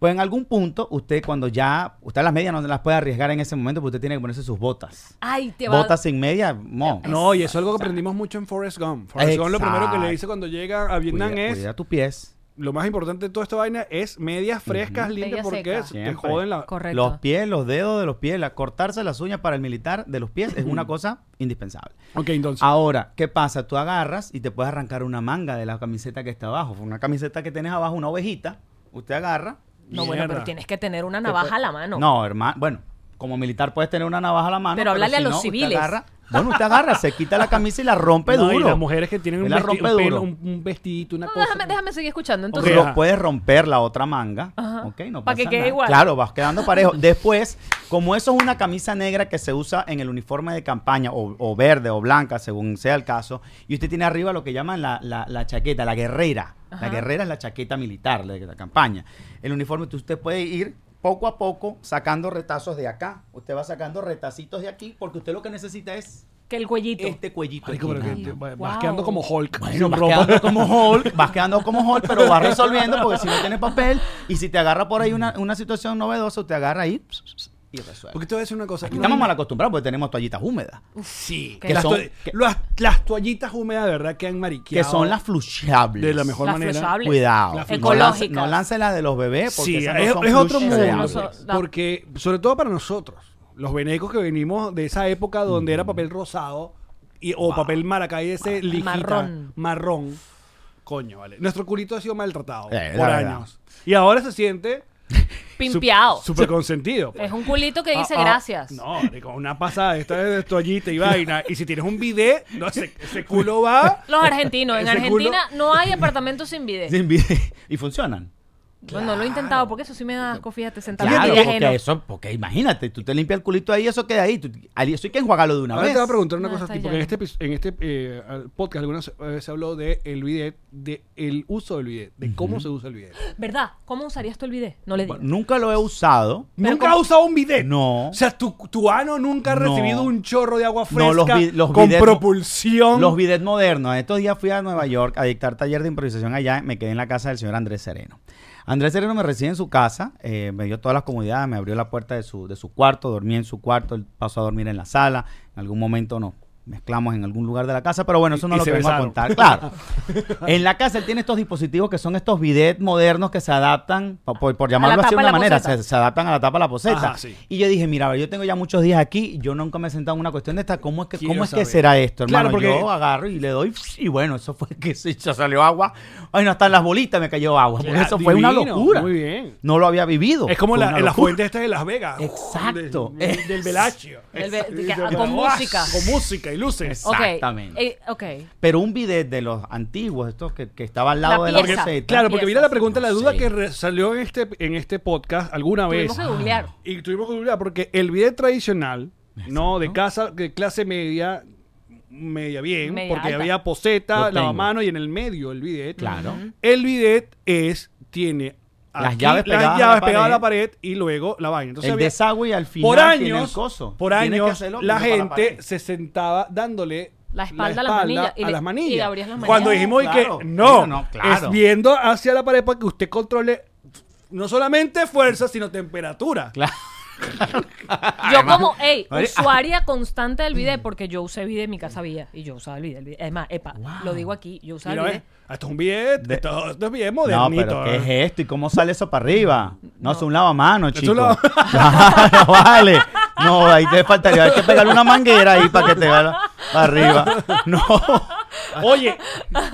D: Pues en algún punto, usted cuando ya, usted las medias no las puede arriesgar en ese momento, porque usted tiene que ponerse sus botas.
B: Ay, te va.
D: Botas sin media, mo.
C: No, y eso es algo que aprendimos mucho en Forrest Gump. Forrest Gump lo primero que le
D: Exacto.
C: dice cuando llega a
D: Cuida,
C: Vietnam es,
D: cuida tus pies.
C: lo más importante de toda esta vaina es medias frescas, limpias,
B: Media
C: porque
B: seca.
C: se te
D: Siempre.
C: joden la...
B: Correcto.
D: Los pies, los dedos de los pies, la, cortarse las uñas para el militar de los pies es una cosa indispensable.
C: Ok, entonces.
B: Ah,
D: Ahora, ¿qué pasa? Tú agarras y te puedes arrancar una manga de la camiseta que está abajo. Una camiseta que tienes abajo, una ovejita. Usted agarra.
B: No, bueno,
C: Mierda.
B: pero tienes que tener una navaja a la mano.
D: No, hermano. Bueno, como militar puedes tener una navaja a la mano.
B: Pero háblale a los
D: usted
B: civiles.
D: agarra- bueno, usted agarra, se quita la camisa y la rompe
C: No, y
D: duro.
C: las mujeres que tienen un,
D: Él la
C: vesti-
D: rompe
C: un, pelo,
D: duro.
C: un- un vestidito, una
B: No,
C: cosa.
B: déjame, déjame seguir escuchando.
D: Tú
B: Entonces,
C: Ok.
D: lo
C: Ajá.
D: puedes romper la otra manga.
B: Ajá.
D: Ok, no
B: Pa'
D: pasa
B: que quede
D: nada.
B: igual.
D: Claro,
B: <laughs>
D: vas quedando parejo. Después, como eso es una camisa negra que se usa en el uniforme de campaña, o, o verde o blanca, según sea el caso, y usted tiene arriba lo que llaman la, la- la chaqueta, la guerrera.
B: Ajá.
D: La guerrera es la chaqueta militar de la campaña. El uniforme, tú- usted puede ir poco a poco sacando retazos de acá. Usted va sacando retacitos de aquí porque usted lo que necesita es
B: que el cuellito.
D: este cuellito.
C: Marico,
D: aquí,
C: pero
D: nada
C: que-
D: más.
C: vas
B: Wow.
C: quedando como Hulk.
D: Bueno,
C: sin
D: vas
C: ropa.
D: quedando como Hulk, vas quedando como Hulk, pero vas resolviendo porque si no tienes papel y si te agarra por ahí una, una situación novedosa, te agarra ahí y resuelve.
C: Porque te voy a decir una cosa.
D: Aquí estamos mal acostumbrados porque tenemos toallitas húmedas,
C: Sí.
B: que
C: las,
D: son-
C: toall-
D: que-
C: las, las toallitas húmedas de verdad que han
D: que
C: mariqueado.
D: son las flushables.
C: De la mejor
B: Las
C: manera.
B: flushables.
D: Cuidado.
C: Las
D: No lance-
B: ecológicas.
D: No lance las de los bebés porque
C: Sí,
D: esas no
C: es,
D: son
C: es otro
D: flushables.
C: mundo.
B: Esas no
D: <laughs>
B: son- no.
C: Porque, sobre todo para nosotros, los venecos que venimos de esa época donde
D: Mm.
C: era papel rosado y, o papel maracay, ese lijita, marrón.
B: Marrón.
C: Coño, vale. Nuestro culito ha sido maltratado
D: Eh, la
C: por
D: verdad.
C: años. Y ahora se siente
B: Pimpeado.
C: Súper consentido.
B: Es un culito que dice
C: Ah, ah,
B: gracias.
C: No, con una pasada, esta es de toallita y vaina. Y si tienes un bidet, no, ese, ese culo va.
B: Los argentinos. En
C: <laughs> Ese culo- <laughs>
B: Argentina no hay apartamentos sin bidet.
D: Sin vi- Y funcionan.
B: Bueno, no lo he intentado porque eso sí me da asco, fíjate, sentarme
D: Claro,
B: en el
D: porque
B: ajeno.
D: eso, porque imagínate, tú te limpias el culito ahí, eso queda ahí. tú- ahí- eso hay que enjuagarlo de una
C: Ahora
D: vez.
C: te voy a preguntar una
B: No,
C: cosa,
B: está
C: tipo,
B: ya.
C: porque en este, epi- en este eh, al podcast algunas veces se habló de el bidet, de el uso del bidet, de cómo se usa el bidet.
B: ¿Verdad? ¿Cómo usarías tú el bidet? No le digo.
D: Nunca lo he usado.
C: ¿Nunca has usado un bidet?
D: No.
C: O sea, tu, tu ano nunca ha
D: No.
C: recibido un chorro de agua fresca
D: No, los bi- los
C: con
D: bidets-
C: propulsión.
D: Los bidets modernos. Estos días fui a Nueva York a dictar taller de improvisación allá. Me quedé en la casa del señor Andrés Sereno. Andrés Sereno me recibe en su casa, eh, me dio todas las comodidades, me abrió la puerta de su, de su cuarto, dormí en su cuarto, él pasó a dormir en la sala. En algún momento nos mezclamos en algún lugar de la casa, pero bueno, eso no
C: Y- y
D: lo
C: se
D: vengo a
C: besaron.
D: contar.
C: <laughs>
D: Claro. En la casa él tiene estos dispositivos que son estos bidets modernos que se adaptan, pa- por, por llamarlo
B: tapa
D: así de
B: de
D: una
B: la
D: manera,
B: poceta.
D: se, se adaptan a la tapa de la poseta.
C: Ajá, sí.
D: Y yo dije, mira, yo tengo ya muchos días aquí, yo nunca me he sentado en una cuestión de esta, ¿cómo es que,
C: Quiero
D: cómo es
C: saber.
D: que será esto,
C: Claro,
D: hermano?
C: porque-
D: Yo agarro y le doy <laughs> y bueno, eso fue que se, se salió agua. Ay, no están las bolitas, me cayó agua. Porque
C: Claro,
D: <laughs> eso fue una
C: divino,
D: locura.
C: muy bien.
D: No lo había vivido.
C: Es como
D: Fue
C: la,
D: una
C: en la
D: locura.
C: fuente esta de Las Vegas.
D: Exacto.
C: Del, del Velachio.
B: Del Ve-
C: Sí,
B: que-
C: del-
B: con música.
C: Con música y luces.
B: Ok,
D: Exactamente.
B: eh, ok.
D: Pero un bidet de los antiguos, estos que, que estaba al lado
B: La
D: de la
B: pieza.
D: receta.
C: Claro, porque mira la
B: piezas,
C: pregunta, la
D: no
C: duda
D: sé.
C: que re- salió en este, en este podcast alguna vez.
B: Tuvimos que
C: <laughs>
B: googlear.
C: Y tuvimos que googlear porque el bidet tradicional, ¿no? De casa, de clase media, media bien,
B: Media
C: porque
B: alta.
C: había
D: Lo
C: poseta,
D: tengo.
C: lavamano y en el medio el bidet.
D: Claro.
C: El bidet es, tiene
D: Las llaves
C: las
D: pegadas a la
C: llaves pegadas a la
D: pared.
C: pared y luego la vaina. Entonces
D: el
C: había-
D: desagüe y al final
C: por
D: tiene el
C: años,
D: coso.
C: por
D: Tienes que
C: años,
D: hacerlo
C: la
D: primero para
C: gente
D: pared.
C: se sentaba dándole
B: La espalda a las manillas, y
C: a
B: le-
C: las manillas.
B: y le abrías las
C: Cuando
B: manillas.
C: dijimos
D: Claro,
C: que no,
D: no, claro.
C: es viendo hacia la pared para que usted controle no solamente fuerza, sino temperatura.
D: Claro.
B: Yo como, hey,
D: Oye,
B: usuaria constante
C: <laughs>
B: del bidet, porque yo usé bidet en mi casa había, y yo usaba el bidet. el bidet. Además, epa, lo digo aquí, yo usaba
C: Mira,
B: el
C: ¿ves?
B: bidet.
C: Esto es un bidet,
D: De-
C: esto, esto es bien
D: No,
C: modernito.
D: pero ¿qué es esto? ¿Y cómo sale eso para arriba? No, es un lavamano,
C: un
D: chico.
C: lava-
D: <laughs> Claro, vale. No, ahí te faltaría. Hay que pegarle una manguera ahí para que te vaya para arriba. No.
C: Oye,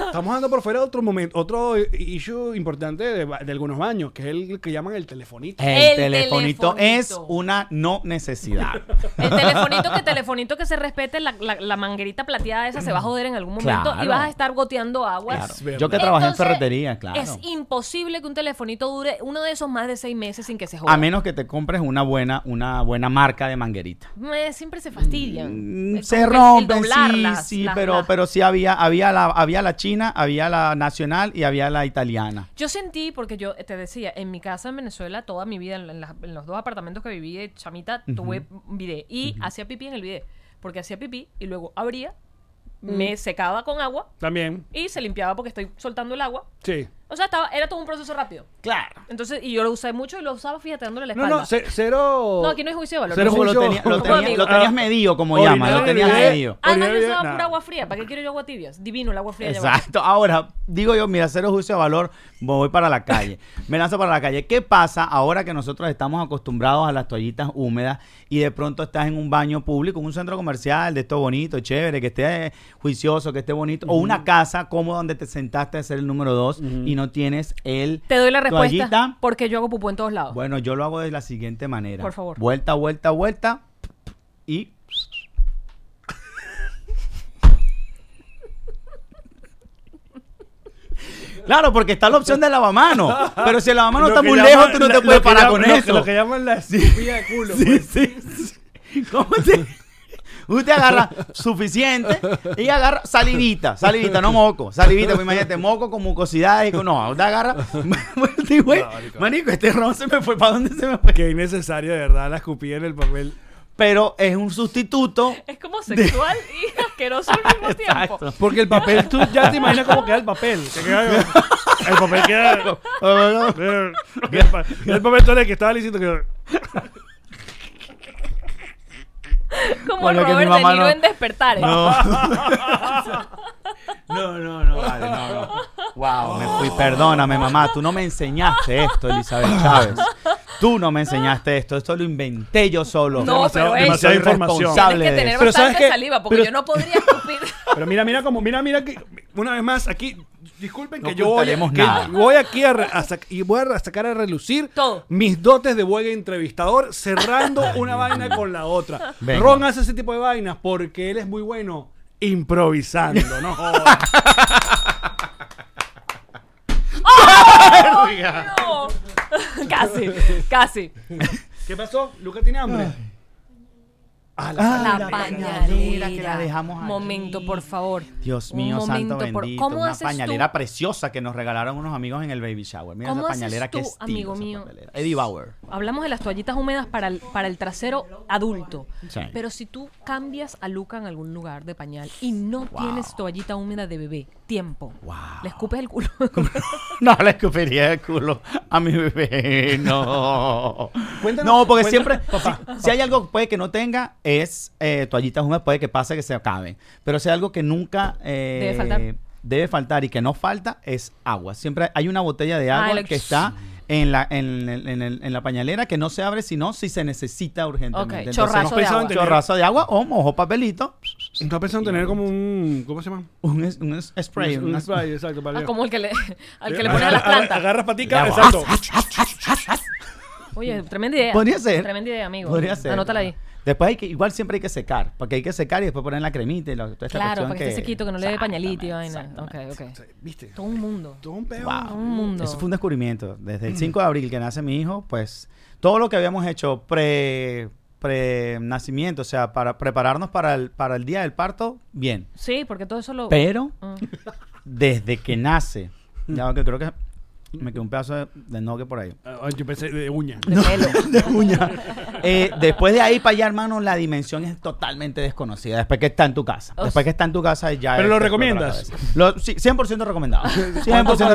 C: estamos dando por fuera otro momento, otro issue importante de, ba- de algunos baños, que es el que llaman el telefonito.
D: El,
B: El telefonito.
D: telefonito, es una no <laughs> necesidad.
B: El telefonito que telefonito que se respete, la, la, la manguerita plateada esa se va a joder en algún momento y
D: Claro.
B: vas a estar goteando agua.
D: Claro.
C: Es verdad.
D: Yo que trabajé en
B: Entonces,
D: ferretería, claro.
B: Es imposible que un telefonito dure uno de esos más de seis meses sin que se joda.
D: A menos que te compres una buena, una buena marca de manguerita.
B: Me- siempre se fastidian.
D: Mm,
B: Es
D: se
B: como que el
D: rompen,
B: doblar
D: sí,
B: las-
D: sí,
B: las-
D: pero,
B: las-
D: pero sí había, había la, había la china, había la nacional y había la italiana.
B: Yo sentí, porque yo te decía, en mi casa en Venezuela, toda mi vida, en, en las- en los dos apartamentos que viví de chamita, tuve un bidet. Y hacía pipí en el bidet. Porque hacía pipí y luego abría, me secaba con agua
C: También,
B: y se limpiaba porque estoy soltando el agua.
C: sí.
B: O sea, estaba, era todo un proceso rápido.
D: Claro.
B: Entonces, y yo lo usé mucho y lo usaba, fíjate, dándole la
C: No,
B: espalda.
C: no, ce- cero...
B: No, aquí no es juicio de valor. no
C: Cero
B: es
C: juicio-
D: Lo, tenía- lo
C: Como
D: tenía-
B: amigo.
D: lo tenías medido, como
C: Original
D: llama, lo tenías
C: idea.
D: medido.
B: Además, yo
C: Olvidé,
B: usaba
C: nada.
B: pura agua fría. ¿Para qué quiero yo agua tibia? Es Divino el agua fría. de agua
D: Exacto. Ahora, digo yo, mira, cero juicio de valor, voy para la calle. Me lanzo para la calle. ¿Qué pasa ahora que nosotros estamos acostumbrados a las toallitas húmedas y de pronto estás en un baño público, en un centro comercial de esto bonito, chévere, que esté eh, juicioso, que esté bonito, o una casa cómoda donde te sentaste a ser el número dos y no tienes el
B: Te doy la respuesta.
D: toallita?
B: Porque yo hago pupú en todos lados.
D: Bueno, yo lo hago de la siguiente manera.
B: Por favor.
D: Vuelta, vuelta, vuelta y Claro, porque está la opción del lavamano. Pero si el
C: Lo
D: lavamano está
C: que
D: muy
C: llaman-
D: lejos, tú no
C: lo-
D: te
C: lo
D: puedes
C: que
D: parar
C: llaman-
D: con
C: lo-
D: eso.
C: Lo que llaman la escupilla
D: <laughs>
C: de culo.
D: Sí,
C: pues.
D: sí, sí. ¿Cómo te- <laughs> Usted agarra suficiente y agarra salivita, salivita, no moco, salivita, pues imagínate, moco con mucosidad y con no, usted agarra, <laughs> y, güey, manico, este ron se me fue, ¿para dónde se me fue?
C: Qué innecesaria, de verdad, la escupida en el papel.
D: Pero es un sustituto.
B: Es como
D: <laughs>
B: sexual y asqueroso al mismo tiempo.
D: Exacto.
C: Porque el
D: <laughs>
C: papel, tú ya te imaginas cómo queda el papel. <laughs> Que queda- el papel queda... eh, El, pa- el papel todo el que estaba diciendo que...
B: Como
D: Bueno, que
B: Robert
D: mi
B: De
D: mamá
B: Niro
D: no-
B: en despertar. ¿eh?
D: No.
B: <laughs>
D: No, no, no, vale, no, no. Wow, me fui, perdóname, mamá. Tú no me enseñaste esto, Elizabeth Chávez. Tú no me enseñaste esto. Esto lo inventé yo solo.
B: No, pero
D: Y
B: ey,
C: demasiada
D: soy
C: información.
B: Tienes
D: responsable
B: que
D: de
B: tener
D: eso.
C: Pero ¿sabes
B: bastante
C: qué?
B: saliva porque
C: Pero-
B: yo no podría escupir. <laughs>
C: Pero mira, mira como, mira, mira que una vez más aquí, disculpen
D: No
C: que yo voy,
D: ocultaremos
C: que
D: nada.
C: voy aquí a, re- a sac- y voy a sacar a relucir
B: Todo.
C: mis dotes de buen entrevistador cerrando una vaina con la otra.
D: Venga.
C: Ron hace ese tipo de vainas porque él es muy bueno improvisando, no jodas.
B: No. <laughs> casi, casi.
C: ¿Qué pasó? ¿Luca tiene hambre?
D: Ah,
B: La
D: la
B: pañalera.
D: que la dejamos allí.
B: Momento, por favor.
D: Dios
B: Un
D: mío, santo
B: momento, por-
D: bendito.
B: ¿Cómo
D: una
B: haces tú?
D: pañalera preciosa que nos regalaron unos amigos en el baby shower. Mira
B: ¿Cómo
D: esa
B: haces
D: pañalera que
B: tú,
D: es
B: amigo mío?
D: Eddie Bauer.
B: Hablamos de las toallitas húmedas para el, para el trasero adulto.
D: Sí.
B: Pero si tú cambias a Luca en algún lugar de pañal y no tienes toallita húmeda de bebé, tiempo.
D: Wow.
B: Le escupes el
D: <laughs>
B: culo.
D: No le escupiría el culo a mi bebé, no.
C: Cuéntanos-
D: no, porque
C: cuéntanos,
D: siempre,
C: papá,
D: si- si, hay algo que puede que no tenga, es eh, toallitas húmedas, puede que pase que se acaben. Pero si hay algo que nunca... eh,
B: Debe faltar.
D: debe faltar y que no falta es agua. Siempre hay una botella de
B: Ah,
D: agua
B: el-
D: que está en la, en, el- en el- en la pañalera que no se abre sino si se necesita urgentemente.
B: Ok,
D: Entonces,
B: chorrazo
D: hemos
B: de
D: pensado en
C: agua.
D: tener- Chorrazo de agua o mojo papelito,
C: Estaba pensando en tener como un. ¿Cómo se llama?
D: un, es- un es- spray.
C: un,
D: una-
C: un spray, exacto. Para
B: Ah, como el que le, al que le
C: Agar-
B: pones a las
C: agar-
B: plantas.
C: Agarras patica,
D: Le hago
C: exacto.
D: <laughs>
B: Oye, tremenda idea.
D: Podría ser.
B: Tremenda idea, amigo.
D: Podría ser.
B: Anótala ahí.
D: Después hay que, igual siempre hay que secar, porque hay que secar y después poner la cremita y la, toda esta
B: Claro,
D: cuestión
B: para que esté sequito, que no le dé
D: Exactamente,
B: pañalito y vaina. Ok,
D: exactamente.
B: ok.
C: ¿Viste?
B: Todo un mundo.
C: Todo un peo.
D: Wow.
B: Todo un mundo. Mm.
D: Eso fue un descubrimiento. Desde el 5 de abril que nace mi hijo, pues todo lo que habíamos hecho pre, pre nacimiento, o sea, para prepararnos para el, para el día del parto, bien.
B: Sí, porque todo eso lo...
D: Pero
B: Ah.
D: desde que nace,
B: Mm.
D: ya que creo que me quedó un pedazo de, de nogue por ahí.
C: Ah, yo pensé de uña.
D: de uña. Eh, después de ahí para allá, hermano, la dimensión es totalmente desconocida. Después que está en tu casa.
B: Oh,
D: Después que está en tu casa ya...
C: Pero
D: es-
C: lo
D: te explota la
C: recomiendas.
D: cabeza. Lo- sí, 100% recomendado. 100%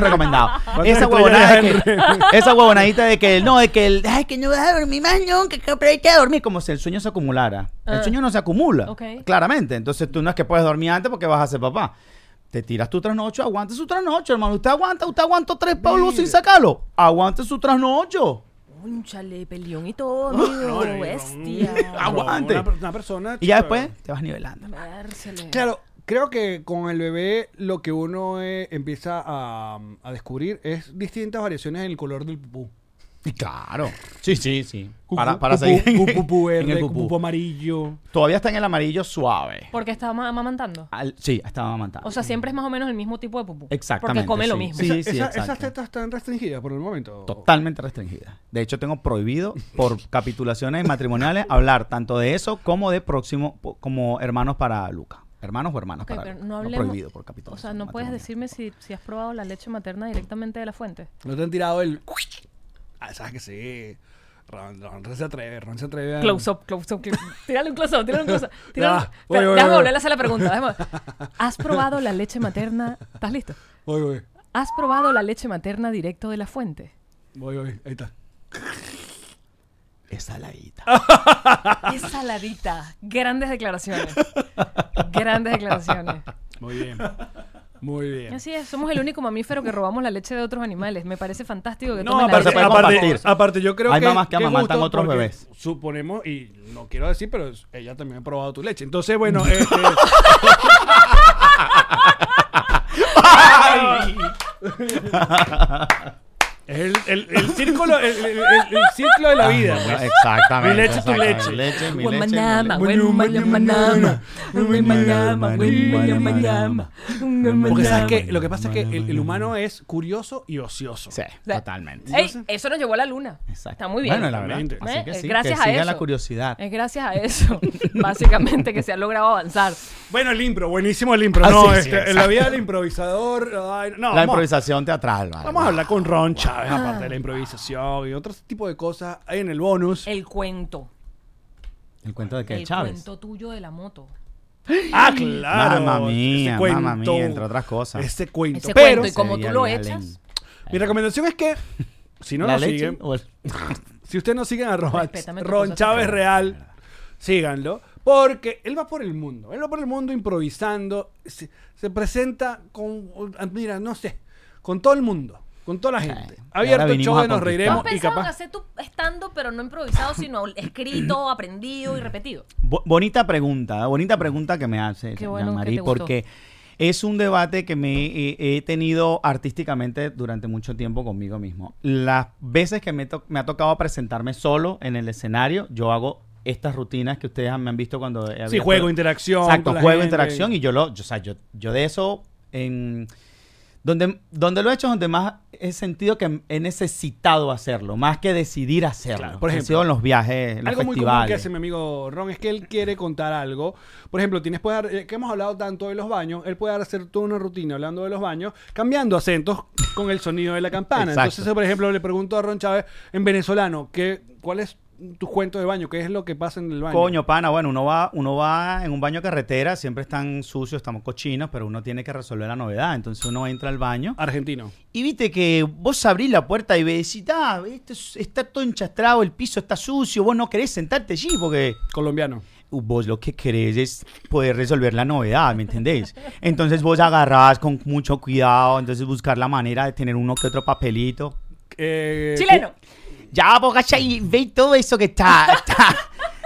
B: <laughs>
D: recomendado.
C: ¿Cuántas
D: Esa
C: estrellas
D: huevonada de
C: le das
D: que- Esa huevonadita de que... No, de que... el, Ay, que no vas a dormir más nunca. que- Pero hay que dormir. Como si el sueño se acumulara. El
B: Ah.
D: sueño no se acumula.
B: Ok.
D: Claramente. Entonces tú no es que puedes dormir antes porque vas a ser papá. Te tiras tu trasnocho, aguanta su trasnocho, hermano. Usted aguanta, usted aguanta tres Pablo sin sacarlo. Aguante su trasnocho.
B: Un chale, peleón y todo, amigo.
C: <laughs>
B: Bestia.
D: Aguante.
C: Una, per- una persona.
D: Y
C: chica.
D: ya después te vas nivelando.
B: Dársele.
C: Claro, creo que con el bebé lo que uno eh, empieza a, a descubrir es distintas variaciones en el color del pupú.
D: Claro. Sí, sí, sí.
C: Cucú-
D: Para, para
C: cucú-
D: seguir.
C: cu- pupú
D: en
C: verde,
D: el
C: cu-
D: pupú.
C: pupú amarillo.
D: Todavía está en el amarillo suave.
B: Porque está ama- amamantando.
D: Al- sí, estaba amamantado.
B: O sea, siempre es más o menos el mismo tipo de pupú.
D: Exactamente.
B: Porque come lo
D: sí.
B: mismo.
D: Sí,
C: Esa-
D: sí,
C: esa-
D: exacto.
C: esas tetas están restringidas por el momento.
D: Totalmente restringida. De hecho, tengo prohibido
C: <laughs>
D: por capitulaciones matrimoniales hablar tanto de eso como de próximo, po- como hermanos para Luca. Hermanos o hermanas
B: Ok,
D: para
B: pero
D: Luca.
B: no
D: No
B: hablemos.
D: prohibido por
B: O
D: capitulación.
B: sea, no puedes
D: matrimonial.
B: decirme si, si has probado la leche materna directamente de la fuente.
C: No te han tirado el. Ah, sabes que sí. Ron, Ron, Ron se atreve, Ron se atreve. a-
B: Close up, close up, close up. Tírale un close up, tírale un close up. Tírale un-
C: Eh. Ya,
B: Espera,
C: voy, voy,
B: déjame
C: voy.
B: volver a hacer la pregunta. déjame- ¿Has probado la leche materna? ¿Estás listo?
C: Voy, voy.
B: ¿Has probado la leche materna directo de la fuente?
C: Voy, voy. Ahí está.
D: Es saladita.
B: Ah, Es saladita. Grandes declaraciones. Grandes declaraciones.
C: Muy bien. Muy bien.
B: Así es, somos el único mamífero que robamos la leche de otros animales. Me parece fantástico que
C: No,
B: tomen la
C: aparte,
D: se
B: leche.
D: puede
C: aparte,
D: compartir.
C: aparte, yo creo
D: Hay
C: que.
D: mamás que
C: qué
D: amamantan
C: justo,
D: otros
C: porque
D: bebés.
C: Suponemos, y no quiero decir, pero ella también ha probado tu leche. Entonces, bueno,
D: <laughs>
C: este. Es el, el, el círculo, el, el- el- el ciclo de la vida.
D: Ah,
C: pues.
D: Exactamente.
C: Mi leche, tu
D: exactamente.
C: leche.
D: Mi leche, mi leche.
B: Guamanama, guamanama, guamanama, guamanama, guamanama.
C: Porque sabes que lo que pasa es que el, el humano es curioso y ocioso.
D: Sí, totalmente.
B: Ey, eso nos llevó a la luna.
D: Exacto.
B: Está muy bien.
D: Bueno, la verdad.
C: Totalmente.
D: Así que
B: Eh,
D: sí,
B: gracias
D: que
B: a
D: siga
B: eso.
D: la curiosidad.
B: Es gracias a eso, <laughs> básicamente, que se ha logrado avanzar.
C: Bueno, el impro, buenísimo el impro.
D: Ah,
C: no,
D: sí, sí,
C: este,
D: exacto.
C: la vida del improvisador. ay, no,
D: la Ah.
C: vamos,
D: improvisación teatral. vale.
C: vamos a hablar con Ron Chávez, aparte de la improvisación y otro tipo de cosas en el
D: Eh,
C: bonus.
B: El cuento.
D: El cuento de que
B: El
D: Chávez.
B: cuento tuyo de la moto.
C: Ah, claro.
D: Mamma
C: Ese
D: mía,
C: cuento,
D: mamma mía, entre otras cosas.
C: Ese cuento.
B: Ese
C: Pero
B: cuento, y como tú
D: Sería
B: lo
D: bien
B: echas,
C: mi recomendación es que, si no
D: ¿La
C: lo
D: leche
C: siguen,
D: o el-
C: si ustedes no siguen a Ron,
B: Respétame tu
C: Ron
B: cosa
C: Chávez
B: secreta.
C: Real, síganlo. Porque él va por el mundo. Él va por el mundo improvisando. Se, se presenta con. Mira, no sé. Con todo el mundo. Con toda la gente.
D: ahora
C: Abierto el
D: vinimos
C: show
D: a
C: de nos
D: conquistar.
B: ¿Tú has
C: reiremos y
B: pensado en
C: capaz.
B: hacer tu estando, pero no improvisado, sino
D: <clears throat>
B: escrito, aprendido y repetido?
D: Bo- bonita pregunta, ¿eh? bonita pregunta que me hace
B: Qué bueno
D: Jean-Marie,
B: que te gustó.
D: porque es un debate que me he, he tenido artísticamente durante mucho tiempo conmigo mismo. Las veces que me, to- me ha tocado presentarme solo en el escenario, yo hago estas rutinas que ustedes me han visto cuando he
C: Sí,
D: abierto-
C: juego, interacción.
D: Exacto,
C: con la
D: juego,
C: gente.
D: interacción y yo lo, yo, o sea, yo, yo de eso en Donde, donde lo he hecho es donde más he sentido que he necesitado hacerlo, más que decidir hacerlo.
C: Claro, por
D: Han
C: ejemplo,
D: sido en los viajes, en los
C: Algo muy común que
D: festivales.
C: hace mi amigo Ron es que él quiere contar algo. Por ejemplo, tienes puede dar- eh, que hemos hablado tanto de los baños, él puede hacer toda una rutina hablando de los baños, cambiando acentos con el sonido de la campana.
D: Exacto.
C: Entonces, por ejemplo, le pregunto a Ron Chávez en venezolano, ¿qué, ¿cuál es tu cuento de baño? ¿Qué es lo que pasa en el baño?
D: Coño, pana, bueno, uno va, uno va en un baño de carretera, siempre están sucios, estamos cochinos, pero uno tiene que resolver la novedad. Entonces uno entra al baño
C: Argentino.
D: y viste que vos abrís la puerta y ves, ah, esto es- está todo enchastrado, el piso está sucio, vos no querés sentarte allí porque
C: Colombiano.
D: vos lo que querés es poder resolver la novedad, ¿me entendés? Entonces vos agarrás con mucho cuidado, entonces buscar la manera de tener uno que otro papelito.
C: Eh,
B: Chileno.
D: Ya, vos gacha, y ve todo eso que está, está,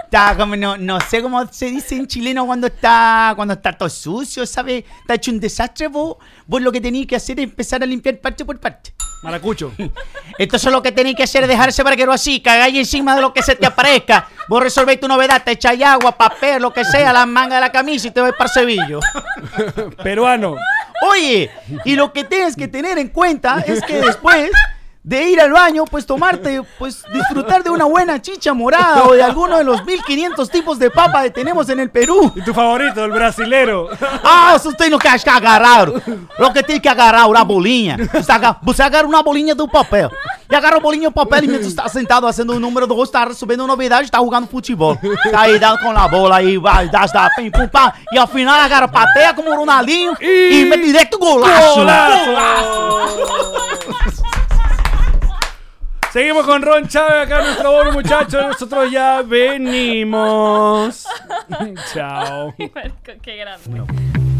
D: está como, no, no sé cómo se dice en chileno cuando está, cuando está todo sucio, ¿sabes? Está hecho un desastre, vos, vos lo que tenéis que hacer es empezar a limpiar parte por parte.
C: Maracucho. <laughs>
D: Entonces lo que tenéis que hacer es dejarse barquero así, cagáis encima de lo que se te aparezca. Vos resolvéis tu novedad, te echáis agua, papel, lo que sea, la manga de la camisa y te vais para Sevillo.
C: Peruano.
D: Oye, y lo que tienes que tener en cuenta es que después de ir al baño, pues tomarte, pues disfrutar de una buena chicha morada o de alguno de los 1500 tipos de papa que tenemos en el Perú.
C: ¿Y tu favorito, el brasilero?
D: Ah, eso usted no que que agarrar. Lo que tiene que agarrar una bolinha. Você aga- Você agarra uma bolinha do papel. E agarra a bolinha do papel e mesmo está sentado haciendo o número do rosto, está recebendo novidade, está jogando futebol. Tá aí dando com a bola aí, vai, dá, dá, pim, pum, pá. E ao final agarra a plateia como o Ronaldinho e, mete direto golaço.
C: Seguimos con Ron Chávez acá en nuestro bono, muchachos. Nosotros ya venimos. Chao.
B: Marico, Qué grande.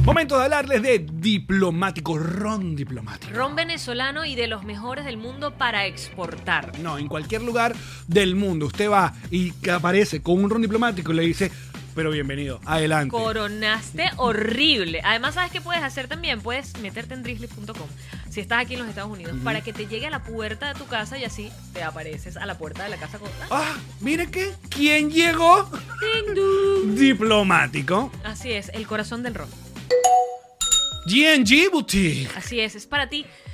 C: Momento de hablarles de diplomático, Ron diplomático.
B: Ron venezolano y de los mejores del mundo para exportar.
C: No, en cualquier lugar del mundo. Usted va y que aparece con un ron diplomático y le dice, pero bienvenido, adelante.
B: Coronaste horrible. Además, ¿sabes qué puedes hacer también? Puedes meterte en drizzly.com si estás aquí en los Estados Unidos para que te llegue a la puerta de tu casa y así te apareces a la puerta de la casa con... ¡Ah!
C: Ah, mire que, ¿quién llegó?
B: ¡Ding, dong!
C: Diplomático.
B: Así es, el corazón del ron.
C: GNG Boutique.
B: Así es, es para ti.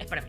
B: Es para mí.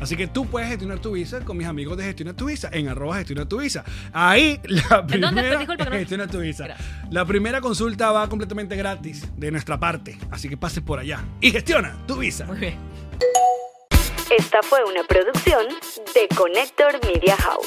C: Así que tú puedes gestionar tu visa con mis amigos de Gestiona tu Visa en arroba Gestiona tu Visa. Ahí la
B: ¿En dónde?
C: primera
B: Disculpa
C: <laughs>
B: que no-
C: Gestiona tu Visa.
B: Gracias.
C: La primera consulta va completamente gratis de nuestra parte, así que pases por allá y gestiona tu visa.
B: Muy bien.
E: Esta fue una producción de Connector Media House.